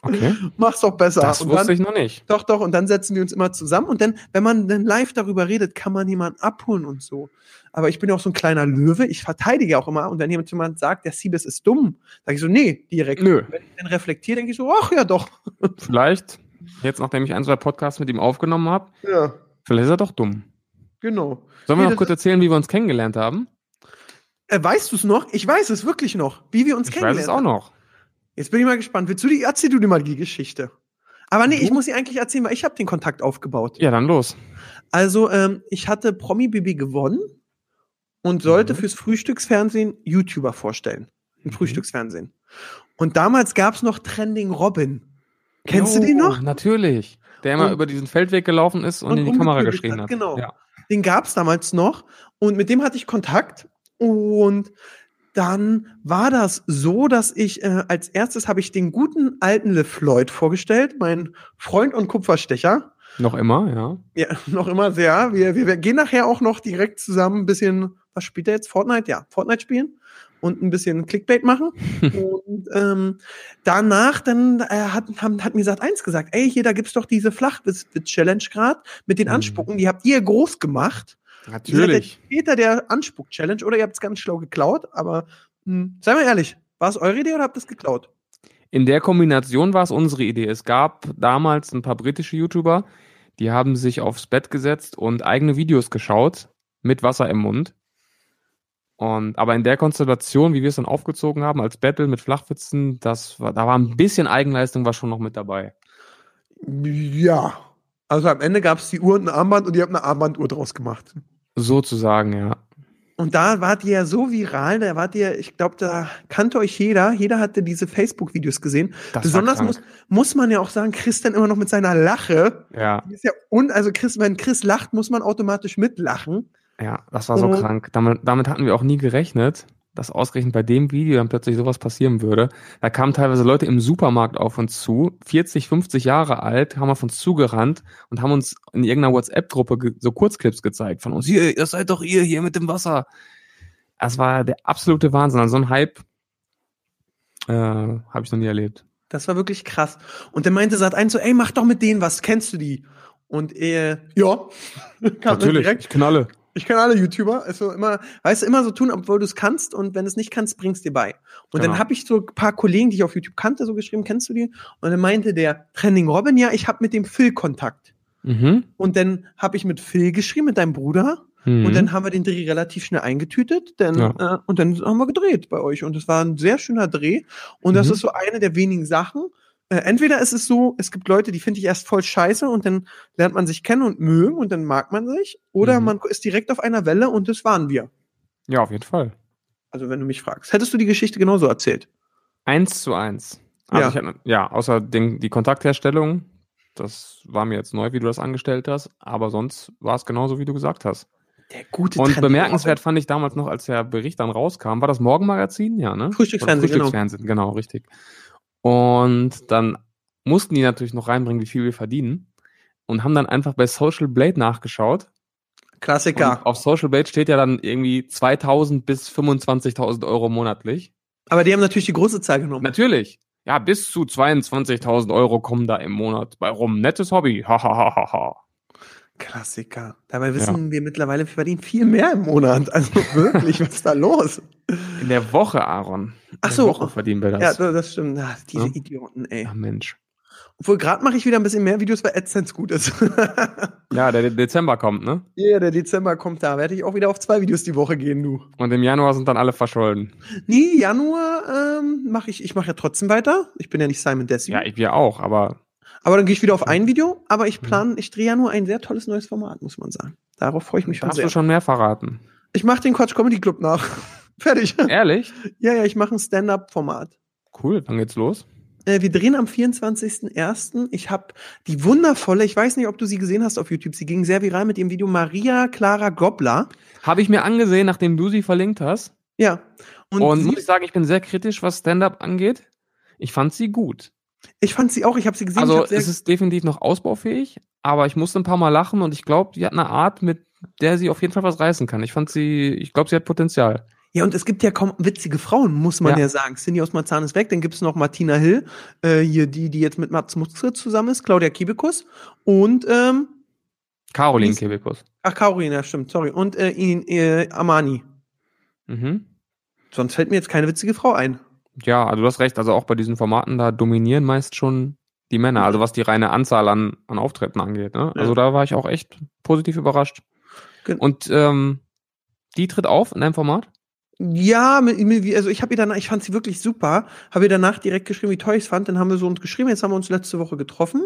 Speaker 3: Okay.
Speaker 2: Mach's doch besser.
Speaker 3: Das
Speaker 2: und
Speaker 3: wusste
Speaker 2: dann,
Speaker 3: ich noch nicht.
Speaker 2: Doch, doch, und dann setzen wir uns immer zusammen und dann, wenn man dann live darüber redet, kann man jemanden abholen und so. Aber ich bin ja auch so ein kleiner Löwe, ich verteidige auch immer und wenn jemand jemand sagt, der Siebes ist dumm, sage ich so, nee, direkt.
Speaker 3: Nö.
Speaker 2: Wenn ich dann reflektiere, denke ich so, ach ja doch.
Speaker 3: Vielleicht, jetzt nachdem ich ein, zwei Podcasts mit ihm aufgenommen habe,
Speaker 2: Ja,
Speaker 3: vielleicht ist er doch dumm.
Speaker 2: genau.
Speaker 3: Sollen
Speaker 2: Nee,
Speaker 3: wir noch
Speaker 2: das
Speaker 3: kurz erzählen, wie wir uns kennengelernt haben?
Speaker 2: Äh, weißt du es noch? Ich weiß es wirklich noch, wie wir uns
Speaker 3: Ich weiß
Speaker 2: kennengelernt
Speaker 3: es auch noch.
Speaker 2: haben. Jetzt bin ich mal gespannt. Willst du die, erzähl du dir mal die Geschichte. Aber nee,
Speaker 3: Du?
Speaker 2: ich muss sie eigentlich erzählen, weil ich habe den Kontakt aufgebaut.
Speaker 3: Ja, dann los.
Speaker 2: Also, ähm, ich hatte Promi Baby gewonnen und sollte
Speaker 3: Mhm.
Speaker 2: fürs Frühstücksfernsehen YouTuber vorstellen. Im
Speaker 3: Mhm.
Speaker 2: Frühstücksfernsehen. Und damals gab es noch Trending Robin. Kennst du den
Speaker 3: Jo,
Speaker 2: noch?
Speaker 3: Natürlich. Der immer
Speaker 2: Und-
Speaker 3: über diesen Feldweg gelaufen ist und,
Speaker 2: und
Speaker 3: in die Kamera
Speaker 2: rumgepöbelt
Speaker 3: geschrien
Speaker 2: hat,
Speaker 3: hat.
Speaker 2: genau.
Speaker 3: Ja.
Speaker 2: Den gab es damals noch. Und mit dem hatte ich Kontakt. Und dann war das so, dass ich äh, als erstes habe ich den guten alten LeFloid vorgestellt, mein Freund und Kupferstecher.
Speaker 3: Noch immer, ja.
Speaker 2: Ja, noch immer sehr. Wir, wir, wir gehen nachher auch noch direkt zusammen ein bisschen, was spielt er jetzt? Fortnite? Ja, Fortnite spielen und ein bisschen Clickbait machen. und ähm, danach dann äh, hat, haben, hat mir Sat 1 gesagt, ey, hier, da gibt's doch diese Flachwitz-Challenge gerade mit den
Speaker 3: Mhm.
Speaker 2: Anspucken, die habt ihr groß gemacht. Ihr seid
Speaker 3: Natürlich.
Speaker 2: der Täter der Anspuck-Challenge oder ihr habt's ganz schlau geklaut, aber mh, sei mal ehrlich, war es eure Idee oder habt ihr es geklaut?
Speaker 3: In der Kombination war es unsere Idee. Es gab damals ein paar britische YouTuber, die haben sich aufs Bett gesetzt und eigene Videos geschaut mit Wasser im Mund. Und, aber in der Konstellation, wie wir es dann aufgezogen haben als Battle mit Flachwitzen, das war, da war ein bisschen Eigenleistung war schon noch mit dabei.
Speaker 2: Ja. Also am Ende gab's die Uhr und ein Armband und ihr habt eine Armbanduhr draus gemacht.
Speaker 3: Sozusagen, ja.
Speaker 2: Und da wart ihr ja so viral, da wart ihr, ich glaube, da kannte euch jeder, jeder hatte diese Facebook-Videos gesehen.
Speaker 3: Das
Speaker 2: Besonders
Speaker 3: war
Speaker 2: muss, muss man ja auch sagen, Chris dann immer noch mit seiner Lache.
Speaker 3: ja,
Speaker 2: Die Ist ja un, also Chris, wenn Chris lacht, muss man automatisch mitlachen.
Speaker 3: ja, das war so
Speaker 2: Und-
Speaker 3: krank. Damit, damit hatten wir auch nie gerechnet, dass ausgerechnet bei dem Video dann plötzlich sowas passieren würde. Da kamen teilweise Leute im Supermarkt auf uns zu, 40, 50 Jahre alt, haben auf uns zugerannt und haben uns in irgendeiner WhatsApp-Gruppe ge- so Kurzclips gezeigt von uns. Hier, das seid doch ihr hier mit dem Wasser. Das war der absolute Wahnsinn. Also so ein Hype äh, habe ich noch nie erlebt.
Speaker 2: Das war wirklich krass. Und dann meinte Sat eins so, ey, mach doch mit denen was, kennst du die? Und äh, ja, kam dann direkt.
Speaker 3: ich knalle.
Speaker 2: Ich kenne alle YouTuber. Also immer, weißt du, immer so tun, obwohl du es kannst und wenn du es nicht kannst, bringst dir bei. Und
Speaker 3: Genau.
Speaker 2: dann habe ich so ein paar Kollegen, die ich auf YouTube kannte, so geschrieben, kennst du die? Und dann meinte der Trending Robin, ja, ich habe mit dem Phil Kontakt.
Speaker 3: Mhm.
Speaker 2: Und dann habe ich mit Phil geschrieben, mit deinem Bruder.
Speaker 3: Mhm.
Speaker 2: Und dann haben wir den Dreh relativ schnell eingetütet. Denn,
Speaker 3: Ja.
Speaker 2: äh, und dann haben wir gedreht bei euch. Und es war ein sehr schöner Dreh. Und das
Speaker 3: Mhm.
Speaker 2: ist so eine der wenigen Sachen. Äh, entweder ist es so, es gibt Leute, die finde ich erst voll scheiße und dann lernt man sich kennen und mögen und dann mag man sich. Oder
Speaker 3: Mhm.
Speaker 2: man ist direkt auf einer Welle und das waren wir.
Speaker 3: ja, auf jeden Fall.
Speaker 2: Also wenn du mich fragst. Hättest du die Geschichte genauso erzählt?
Speaker 3: Eins zu eins. Also
Speaker 2: Ja.
Speaker 3: ja. Ich hatte, ja, außer den, die Kontaktherstellung, das war mir jetzt neu, wie du das angestellt hast, aber sonst war es genauso, wie du gesagt hast.
Speaker 2: Der gute
Speaker 3: Und
Speaker 2: Trend-
Speaker 3: bemerkenswert fand ich damals noch, als der Bericht dann rauskam, war das Morgenmagazin, ja, ne?
Speaker 2: Frühstücksfernsehen,
Speaker 3: Oder Frühstücksfernsehen, genau. richtig. Und dann mussten die natürlich noch reinbringen, wie viel wir verdienen und haben dann einfach bei Social Blade nachgeschaut.
Speaker 2: Klassiker.
Speaker 3: Und auf Social Blade steht ja dann irgendwie 2000 bis 25.000 Euro monatlich.
Speaker 2: Aber die haben natürlich die große Zahl genommen.
Speaker 3: Natürlich. Ja, bis zu 22.000 Euro kommen da im Monat bei rum. Nettes Hobby. Ha, ha, ha, ha, ha.
Speaker 2: Klassiker. Dabei wissen wir mittlerweile, wir verdienen viel mehr im Monat. Also wirklich, was ist da los?
Speaker 3: In der Woche, Aaron. In
Speaker 2: Ach
Speaker 3: der
Speaker 2: so.
Speaker 3: Woche verdienen wir
Speaker 2: Ja,
Speaker 3: das.
Speaker 2: da- das stimmt. Ach, diese
Speaker 3: Ja.
Speaker 2: Idioten, ey.
Speaker 3: Ach, Mensch.
Speaker 2: Obwohl, gerade mache ich wieder ein bisschen mehr Videos, weil AdSense gut ist. Ja,
Speaker 3: Ja, der De- Dezember kommt, ne?
Speaker 2: der Dezember kommt da. Werde ich auch wieder auf zwei Videos die Woche gehen, du.
Speaker 3: Und im Januar sind dann alle verschollen.
Speaker 2: Nee, Januar ähm, mache ich, ich mache ja trotzdem weiter. Ich bin ja nicht Simon Desi.
Speaker 3: Ja, Mhm. ich, wir auch, aber
Speaker 2: Aber dann gehe ich wieder auf ein Video, aber ich plane, ich drehe ja nur ein sehr tolles neues Format, muss man sagen. Darauf freue ich mich schon
Speaker 3: Hast du
Speaker 2: sehr.
Speaker 3: schon mehr verraten?
Speaker 2: Ich mache den Quatsch Comedy Club nach. Fertig.
Speaker 3: Ehrlich?
Speaker 2: Ja, ja, ich mache ein Stand-up-Format.
Speaker 3: Cool, dann geht's los.
Speaker 2: Äh, wir drehen am 24.01. Ich habe die wundervolle, ich weiß nicht, ob du sie gesehen hast auf YouTube, sie ging sehr viral mit ihrem Video Maria Clara Gobler.
Speaker 3: Habe ich mir angesehen, nachdem du sie verlinkt hast.
Speaker 2: Ja. Und,
Speaker 3: Und,
Speaker 2: sie,
Speaker 3: muss ich sagen, ich bin sehr kritisch, was Stand-up angeht. Ich fand sie gut.
Speaker 2: ich fand sie auch, ich habe sie gesehen. ich
Speaker 3: also
Speaker 2: hab sehr,
Speaker 3: es ist definitiv noch ausbaufähig, aber ich musste ein paar Mal lachen und ich glaube, die hat eine Art, mit der sie auf jeden Fall was reißen kann. Ich fand sie, ich glaube, sie hat Potenzial.
Speaker 2: ja, und es gibt ja kaum witzige Frauen, muss man ja,
Speaker 3: Ja.
Speaker 2: sagen. Cindy aus Marzahn ist weg, dann gibt's noch Martina Hill, äh, hier die, die jetzt mit Mats Mutzke zusammen ist, Claudia Kiebekus und ähm,
Speaker 3: Caroline
Speaker 2: Ist-
Speaker 3: Kebekus.
Speaker 2: ach, Carolina, stimmt, sorry. Und äh, ihn, äh, Amani.
Speaker 3: Mhm.
Speaker 2: Sonst fällt mir jetzt keine witzige Frau ein.
Speaker 3: Ja, also du hast recht, also auch bei diesen Formaten, da dominieren meist schon die Männer, also was die reine Anzahl an, an Auftritten angeht. Ne?
Speaker 2: Ja.
Speaker 3: Also da war ich auch echt positiv überrascht.
Speaker 2: Gen-
Speaker 3: Und ähm, die tritt auf in einem Format?
Speaker 2: Ja, mit- mit- wie- also ich habe ihr danach, ich fand sie wirklich super, habe ihr danach direkt geschrieben, wie toll ich es fand. Dann haben wir so uns geschrieben, jetzt haben wir uns letzte Woche getroffen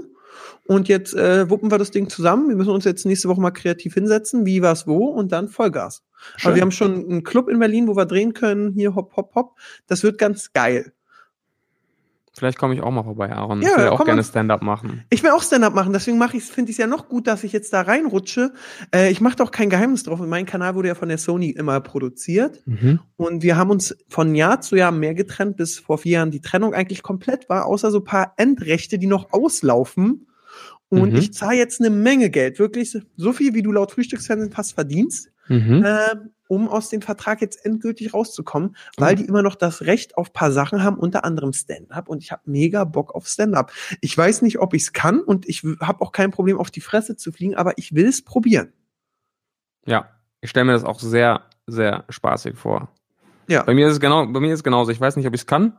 Speaker 2: und jetzt äh, wuppen wir das Ding zusammen. Wir müssen uns jetzt nächste Woche mal kreativ hinsetzen, wie was wo und dann Vollgas. Aber wir haben schon einen Club in Berlin, wo wir drehen können, hier hopp, hopp, hopp. Das wird ganz geil.
Speaker 3: Vielleicht komme ich auch mal vorbei, Aaron.
Speaker 2: Ja,
Speaker 3: ich will ja auch
Speaker 2: komm
Speaker 3: gerne
Speaker 2: mal.
Speaker 3: Stand-up machen.
Speaker 2: Ich will auch Stand-up machen, deswegen mache ich finde ich es ja noch gut, dass ich jetzt da reinrutsche. Äh, ich mache doch kein Geheimnis drauf. Mein Kanal wurde ja von der Sony immer produziert.
Speaker 3: Mhm.
Speaker 2: Und wir haben uns von Jahr zu Jahr mehr getrennt, bis vor vier Jahren die Trennung eigentlich komplett war, außer so ein paar Endrechte, die noch auslaufen. Und
Speaker 3: Mhm.
Speaker 2: ich zahle jetzt eine Menge Geld, wirklich so viel, wie du laut Frühstücksfernsehen fast verdienst,
Speaker 3: Mhm.
Speaker 2: äh, um aus dem Vertrag jetzt endgültig rauszukommen,
Speaker 3: Mhm.
Speaker 2: weil die immer noch das Recht auf paar Sachen haben, unter anderem Stand-up. Und ich habe mega Bock auf Stand-up. Ich weiß nicht, ob ich es kann und ich habe auch kein Problem, auf die Fresse zu fliegen, aber ich will es probieren.
Speaker 3: Ja, ich stelle mir das auch sehr, sehr spaßig vor.
Speaker 2: Ja.
Speaker 3: Bei mir ist es genau, bei mir ist es genauso. Ich weiß nicht, ob ich es kann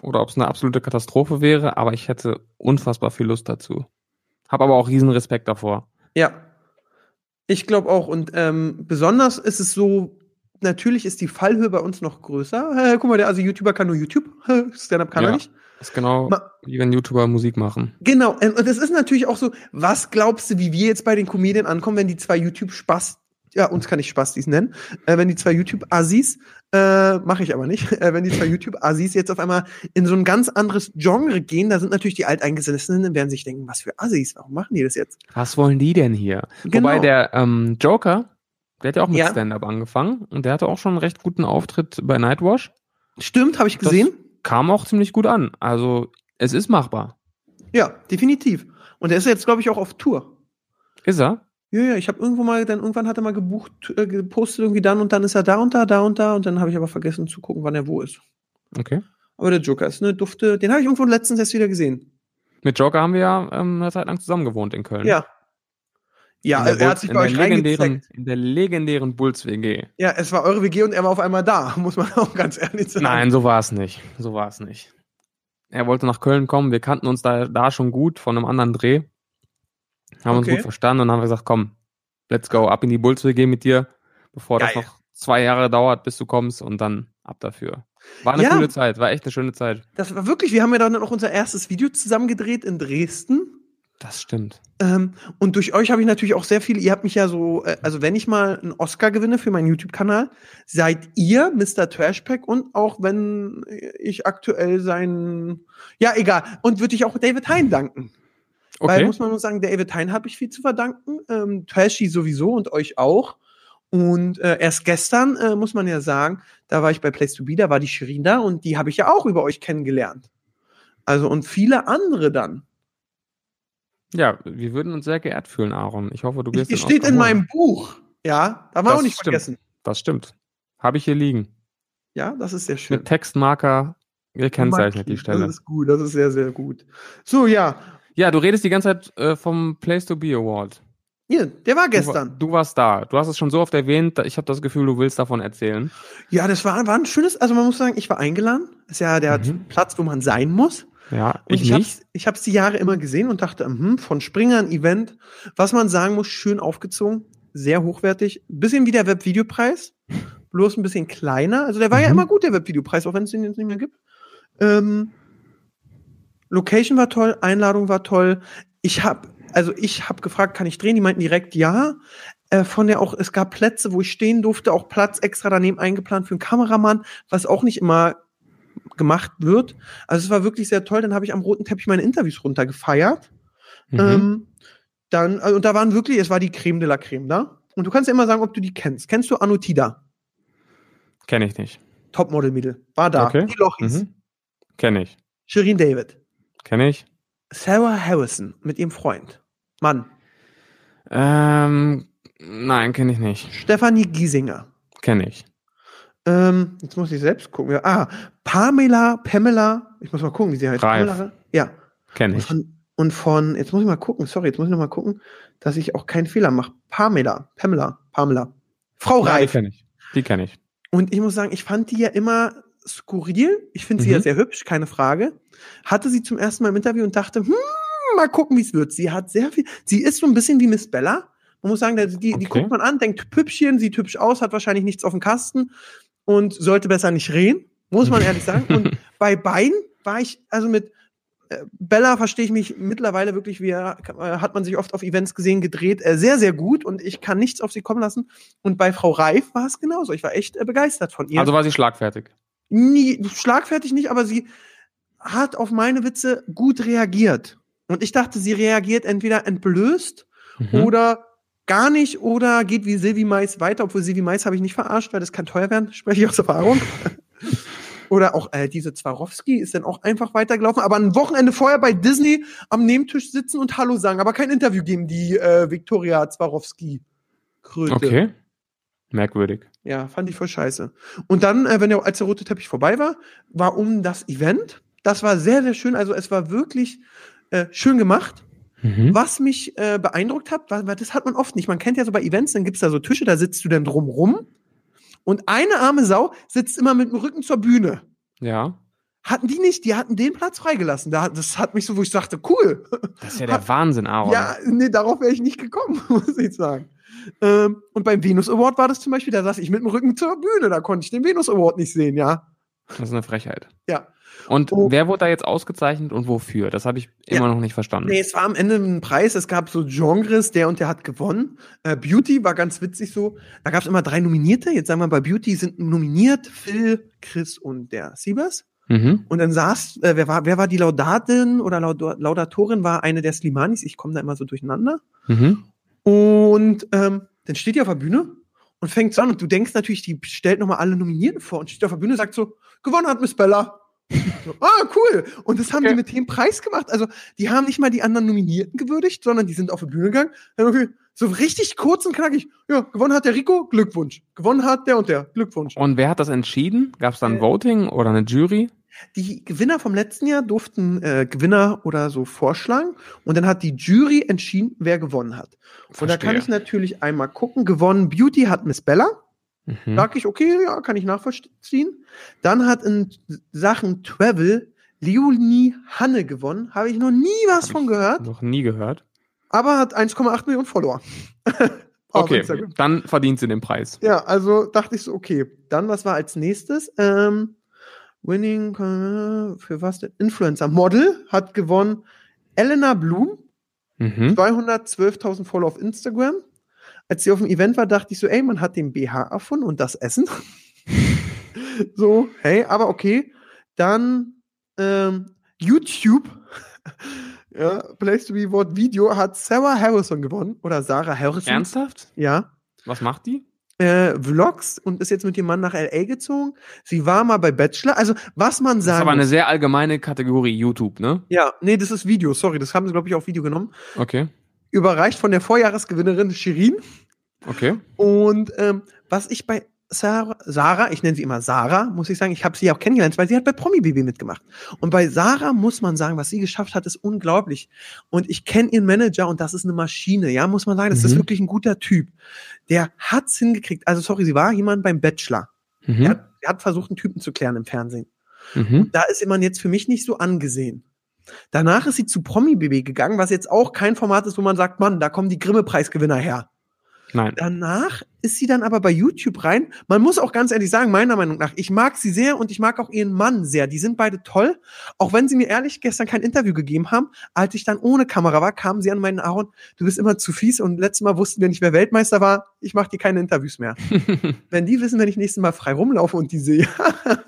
Speaker 3: oder ob es eine absolute Katastrophe wäre, aber ich hätte unfassbar viel Lust dazu. Hab aber auch riesen Respekt davor.
Speaker 2: Ja. Ich glaube auch. Und ähm, besonders ist es so, natürlich ist die Fallhöhe bei uns noch größer. Äh, guck mal, der also YouTuber kann nur YouTube, Stand-up kann er
Speaker 3: Ja.
Speaker 2: nicht.
Speaker 3: Das ist genau
Speaker 2: Ma-
Speaker 3: wie wenn YouTuber Musik machen.
Speaker 2: Genau, und und es ist natürlich auch so, was glaubst du, wie wir jetzt bei den Comedien ankommen, wenn die zwei YouTube-Spaß, ja, uns kann ich Spastis nennen, äh, wenn die zwei YouTube-Assis, äh, mache ich aber nicht, äh, wenn die zwei YouTube-Assis jetzt auf einmal in so ein ganz anderes Genre gehen, da sind natürlich die Alteingesessenen, werden sich denken, was für Assis, warum machen die das jetzt?
Speaker 3: Was wollen die denn hier?
Speaker 2: Genau.
Speaker 3: Wobei der ähm, Joker, der hat ja auch mit
Speaker 2: Ja.
Speaker 3: Stand-up angefangen und der hatte auch schon einen recht guten Auftritt bei Nightwash.
Speaker 2: Stimmt, habe ich
Speaker 3: Das-
Speaker 2: gesehen.
Speaker 3: Kam auch ziemlich gut an. Also es ist machbar.
Speaker 2: Ja, definitiv. Und er ist jetzt, glaube ich, auch auf Tour.
Speaker 3: Ist er?
Speaker 2: Ja, ja, ich habe irgendwo mal, dann irgendwann hat er mal gebucht, äh, gepostet irgendwie dann und dann ist er da und da, da und da und dann habe ich aber vergessen zu gucken, wann er wo ist.
Speaker 3: Okay.
Speaker 2: Aber der Joker ist eine dufte, den habe ich irgendwo letztens erst wieder gesehen.
Speaker 3: Mit Joker haben wir ja ähm, eine Zeit lang zusammen gewohnt in Köln.
Speaker 2: Ja. Ja,
Speaker 3: Hm. in der
Speaker 2: also er hat
Speaker 3: Bulls-
Speaker 2: sich
Speaker 3: in
Speaker 2: bei
Speaker 3: der
Speaker 2: euch
Speaker 3: legendären,
Speaker 2: reingezeckt.
Speaker 3: In der legendären Bulls WG.
Speaker 2: Ja, es war eure WG und er war auf einmal da, muss man auch ganz ehrlich sagen.
Speaker 3: Nein, so war es nicht. So war es nicht. Er wollte nach Köln kommen. Wir kannten uns da, da schon gut von einem anderen Dreh. Haben uns
Speaker 2: Okay.
Speaker 3: gut verstanden und haben gesagt, komm, let's go, ab in die Bulls WG mit dir, bevor
Speaker 2: Geil.
Speaker 3: das noch zwei Jahre dauert, bis du kommst und dann ab dafür. War eine
Speaker 2: Ja.
Speaker 3: coole Zeit, war echt eine schöne Zeit.
Speaker 2: Das war wirklich, wir haben ja dann auch unser erstes Video zusammen gedreht in Dresden.
Speaker 3: Das stimmt.
Speaker 2: Ähm, und durch euch habe ich natürlich auch sehr viele, ihr habt mich ja so, äh, also wenn ich mal einen Oscar gewinne für meinen YouTube-Kanal, seid ihr Mr. Trashpack und auch wenn ich aktuell seinen, ja egal, und würde ich auch David Hein danken. Weil
Speaker 3: Okay.
Speaker 2: muss man nur sagen, David Hein habe ich viel zu verdanken, ähm, Trashy sowieso und euch auch. Und äh, erst gestern, äh, muss man ja sagen, da war ich bei Place to Be, da war die Shirin da und die habe ich ja auch über euch kennengelernt. Also und viele andere dann.
Speaker 3: Ja, wir würden uns sehr geehrt fühlen, Aaron. Ich hoffe, du wirst
Speaker 2: Ihr
Speaker 3: den
Speaker 2: steht
Speaker 3: Oscar
Speaker 2: in
Speaker 3: holen.
Speaker 2: meinem Buch. Ja, darf man
Speaker 3: Das
Speaker 2: auch nicht
Speaker 3: stimmt.
Speaker 2: vergessen.
Speaker 3: Das stimmt. Habe ich hier liegen.
Speaker 2: Ja, das ist sehr schön.
Speaker 3: Mit Textmarker gekennzeichnet, halt die
Speaker 2: Markiert,
Speaker 3: Stelle.
Speaker 2: Das ist gut, das ist sehr, sehr gut. So, ja.
Speaker 3: Ja, du redest die ganze Zeit äh, vom Place to Be Award.
Speaker 2: Hier, der war
Speaker 3: Du, wa-
Speaker 2: gestern.
Speaker 3: du warst da. Du hast es schon so oft erwähnt. da- Ich habe das Gefühl, du willst davon erzählen.
Speaker 2: Ja, das war, war ein schönes, also man muss sagen, ich war eingeladen. Ist ja der
Speaker 3: Mhm.
Speaker 2: Platz, wo man sein muss.
Speaker 3: Ja,
Speaker 2: Und
Speaker 3: ich,
Speaker 2: ich,
Speaker 3: nicht.
Speaker 2: hab's, ich hab's die Jahre immer gesehen und dachte, mhm, von Springer ein Event. Was man sagen muss, schön aufgezogen, sehr hochwertig. Bisschen wie der Webvideopreis, bloß ein bisschen kleiner. Also der war ja
Speaker 3: Mhm.
Speaker 2: immer gut, der Webvideopreis, auch wenn es den jetzt nicht mehr gibt. Ähm, Location war toll, Einladung war toll. Ich habe, also ich habe gefragt, kann ich drehen? Die meinten direkt ja. Äh, von der auch, es gab Plätze, wo ich stehen durfte, auch Platz extra daneben eingeplant für einen Kameramann, was auch nicht immer gemacht wird. Also es war wirklich sehr toll. Dann habe ich am roten Teppich meine Interviews runtergefeiert.
Speaker 3: Mhm.
Speaker 2: Ähm, dann, also, und da waren wirklich, es war die Creme de la Creme da. Und du kannst ja immer sagen, ob du die kennst. Kennst du Anutida?
Speaker 3: Kenne ich nicht.
Speaker 2: Topmodel-Mädel. War da.
Speaker 3: Okay.
Speaker 2: Die Lochis.
Speaker 3: Mhm. Kenne ich.
Speaker 2: Shirin David.
Speaker 3: Kenne ich.
Speaker 2: Sarah Harrison mit ihrem Freund. Mann.
Speaker 3: Ähm, nein, kenne ich nicht.
Speaker 2: Stefanie Giesinger.
Speaker 3: Kenne ich.
Speaker 2: Ähm, jetzt muss ich selbst gucken. Ja, Ah, Pamela, Pamela, ich muss mal gucken, wie sie heißt.
Speaker 3: Reif.
Speaker 2: Pamela, ja.
Speaker 3: Kenne
Speaker 2: Und
Speaker 3: ich.
Speaker 2: von, und von, jetzt muss ich mal gucken, sorry, jetzt muss ich noch mal gucken, dass ich auch keinen Fehler mache. Pamela, Pamela, Pamela. Frau
Speaker 3: Nein, Die
Speaker 2: Reif.
Speaker 3: kenne ich. Die kenne ich.
Speaker 2: Und ich muss sagen, ich fand die ja immer skurril. Ich finde sie
Speaker 3: Mhm.
Speaker 2: ja sehr hübsch, keine Frage. Hatte sie zum ersten Mal im Interview und dachte, hm, mal gucken, wie es wird. Sie hat sehr viel. Sie ist so ein bisschen wie Miss Bella. Man muss sagen, die, die
Speaker 3: Okay.
Speaker 2: guckt man an, denkt Püppchen, sieht hübsch aus, hat wahrscheinlich nichts auf dem Kasten und sollte besser nicht reden, muss man ehrlich sagen. Und bei beiden war ich, also mit äh, Bella verstehe ich mich mittlerweile wirklich, wie er, äh, hat man sich oft auf Events gesehen, gedreht, äh, sehr, sehr gut und ich kann nichts auf sie kommen lassen. Und bei Frau Reif war es genauso. Ich war echt äh, begeistert von ihr.
Speaker 3: Also war sie schlagfertig.
Speaker 2: Nie, schlagfertig nicht, aber sie hat auf meine Witze gut reagiert. Und ich dachte, sie reagiert entweder entblößt
Speaker 3: Mhm.
Speaker 2: oder gar nicht oder geht wie Silvi Mais weiter, obwohl Silvi Mais habe ich nicht verarscht, weil das kann teuer werden, spreche ich aus Erfahrung. oder auch äh, diese Zwarowski ist dann auch einfach weitergelaufen, aber ein Wochenende vorher bei Disney am Nebentisch sitzen und Hallo sagen, aber kein Interview geben, die äh, Viktoria Zwarowski. Kröte.
Speaker 3: Okay. Merkwürdig.
Speaker 2: Ja, fand ich voll scheiße. Und dann, äh, wenn der, als der rote Teppich vorbei war, war um das Event. Das war sehr, sehr schön. Also es war wirklich äh, schön gemacht.
Speaker 3: Mhm.
Speaker 2: Was mich äh, beeindruckt hat, weil, weil das hat man oft nicht. Man kennt ja so bei Events, dann gibt's da so Tische, da sitzt du dann drum rum. Und eine arme Sau sitzt immer mit dem Rücken zur Bühne.
Speaker 3: Ja.
Speaker 2: Hatten die nicht, die hatten den Platz freigelassen. Da, hat- das hat mich so, wo ich dachte, cool.
Speaker 3: Das ist ja der Wahnsinn, Aaron.
Speaker 2: Ja, nee, darauf wäre ich nicht gekommen, muss ich sagen. Ähm, und beim Venus Award war das zum Beispiel, da saß ich mit dem Rücken zur Bühne, da konnte ich den Venus Award nicht sehen, ja.
Speaker 3: Das ist eine Frechheit.
Speaker 2: Ja.
Speaker 3: Und
Speaker 2: Oh.
Speaker 3: wer wurde da jetzt ausgezeichnet und wofür? Das habe ich immer noch nicht verstanden.
Speaker 2: Nee, es war am Ende ein Preis, es gab so Genres, der und der hat gewonnen. Äh, Beauty war ganz witzig so, da gab es immer drei Nominierte, jetzt sagen wir bei Beauty sind nominiert Phil, Chris und der Siebers.
Speaker 3: Mhm.
Speaker 2: Und dann saß, äh, wer, war, wer war die Laudatin oder Laudo- Laudatorin, war eine der Slimanis, ich komme da immer so durcheinander.
Speaker 3: Mhm.
Speaker 2: Und ähm, dann steht die auf der Bühne und fängt so an. Und du denkst natürlich, die stellt nochmal alle Nominierten vor und steht auf der Bühne und sagt so, gewonnen hat Miss Bella. So, ah, cool. Und das haben
Speaker 3: Okay.
Speaker 2: die mit dem Preis gemacht. Also, die haben nicht mal die anderen Nominierten gewürdigt, sondern die sind auf die Bühne gegangen. Dann okay, so richtig kurz und knackig. Ja, gewonnen hat der Rico, Glückwunsch. Gewonnen hat der und der, Glückwunsch.
Speaker 3: Und wer hat das entschieden? Gab es da ein
Speaker 2: Äh.
Speaker 3: Voting oder eine Jury?
Speaker 2: Die Gewinner vom letzten Jahr durften äh, Gewinner oder so vorschlagen. Und dann hat die Jury entschieden, wer gewonnen hat. Und da kann ich
Speaker 3: Verstehe.
Speaker 2: natürlich einmal gucken. Gewonnen Beauty hat Miss Bella.
Speaker 3: Mhm.
Speaker 2: Sag ich, okay, ja, kann ich nachvollziehen. Dann hat in Sachen Travel Leonie Hanne gewonnen. Habe ich noch nie was
Speaker 3: Hab
Speaker 2: von
Speaker 3: ich
Speaker 2: gehört,
Speaker 3: Noch nie gehört.
Speaker 2: aber hat 1,8 Millionen Follower. Auf
Speaker 3: Okay,
Speaker 2: Instagram.
Speaker 3: dann verdient sie den Preis.
Speaker 2: Ja, also dachte ich so, okay. Dann, was war als nächstes? Ähm, Winning, äh, für was denn? Influencer Model hat gewonnen Elena Blum.
Speaker 3: Mhm.
Speaker 2: 212.000 Follower auf Instagram. Als sie auf dem Event war, dachte ich so, ey, man hat den BH erfunden und das Essen. so, hey, aber okay. Dann ähm, YouTube, ja, Place to be Wort Video, hat Sarah Harrison gewonnen. Oder Sarah Harrison.
Speaker 3: Ernsthaft?
Speaker 2: Ja.
Speaker 3: Was macht die?
Speaker 2: Äh, Vlogs und ist jetzt mit dem Mann nach L.A. gezogen. Sie war mal bei Bachelor. Also, was man
Speaker 3: Das ist
Speaker 2: sagen
Speaker 3: aber eine
Speaker 2: muss-
Speaker 3: sehr allgemeine Kategorie YouTube, ne?
Speaker 2: ja, nee, das ist Video, sorry, das haben sie, glaube ich, auf Video genommen.
Speaker 3: Okay,
Speaker 2: Überreicht von der Vorjahresgewinnerin Shirin.
Speaker 3: okay.
Speaker 2: Und ähm, was ich bei Sarah, Sarah, ich nenne sie immer Sarah, muss ich sagen, ich habe sie ja auch kennengelernt, weil sie hat bei Promi Baby mitgemacht. Und bei Sarah muss man sagen, was sie geschafft hat, ist unglaublich. Und ich kenne ihren Manager und das ist eine Maschine, ja, muss man sagen, das ist
Speaker 3: Mhm.
Speaker 2: wirklich ein guter Typ. Der hat's hingekriegt. Also sorry, sie war jemand beim Bachelor.
Speaker 3: Mhm.
Speaker 2: Er, hat, er hat versucht, einen Typen zu klären im Fernsehen.
Speaker 3: Mhm.
Speaker 2: Da ist man jetzt für mich nicht so angesehen. Danach ist sie zu Promi Baby gegangen, was jetzt auch kein Format ist, wo man sagt, Mann, da kommen die Grimme Preisgewinner her.
Speaker 3: Nein.
Speaker 2: Danach ist sie dann aber bei YouTube rein. Man muss auch ganz ehrlich sagen, meiner Meinung nach, ich mag sie sehr und ich mag auch ihren Mann sehr. Die sind beide toll. Auch wenn sie mir ehrlich gestern kein Interview gegeben haben, als ich dann ohne Kamera war, kamen sie an meinen Aaron, du bist immer zu fies und letztes Mal wussten wir nicht, wer Weltmeister war. Ich mache dir keine Interviews mehr. wenn die wissen, wenn ich nächstes Mal frei rumlaufe und die sehe.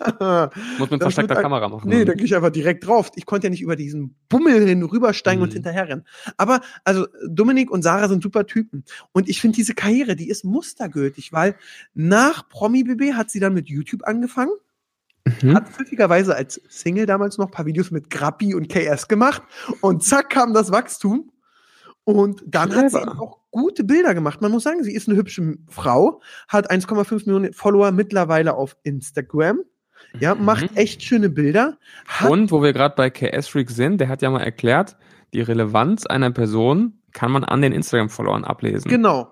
Speaker 3: Muss mit
Speaker 2: Das
Speaker 3: versteckter
Speaker 2: wird ein-
Speaker 3: Kamera machen.
Speaker 2: Nee, da gehe ich einfach direkt drauf. Ich konnte ja nicht über diesen Bummel hin rübersteigen
Speaker 3: Mhm.
Speaker 2: und hinterherrennen. Aber also Dominik und Sarah sind super Typen. Und ich finde diese Karriere, die ist mustergültig, weil nach Promi BB hat sie dann mit YouTube angefangen,
Speaker 3: Mhm.
Speaker 2: hat pfiffigerweise als Single damals noch ein paar Videos mit Grappi und KS gemacht und zack kam das Wachstum. Und dann hat sie
Speaker 3: Clever.
Speaker 2: eben auch gute Bilder gemacht. Man muss sagen, sie ist eine hübsche Frau, hat 1,5 Millionen Follower mittlerweile auf Instagram. Ja,
Speaker 3: Mhm.
Speaker 2: macht echt schöne Bilder. Hat
Speaker 3: Und wo wir gerade bei KS Freak sind, der hat ja mal erklärt, die Relevanz einer Person kann man an den Instagram-Followern ablesen.
Speaker 2: Genau,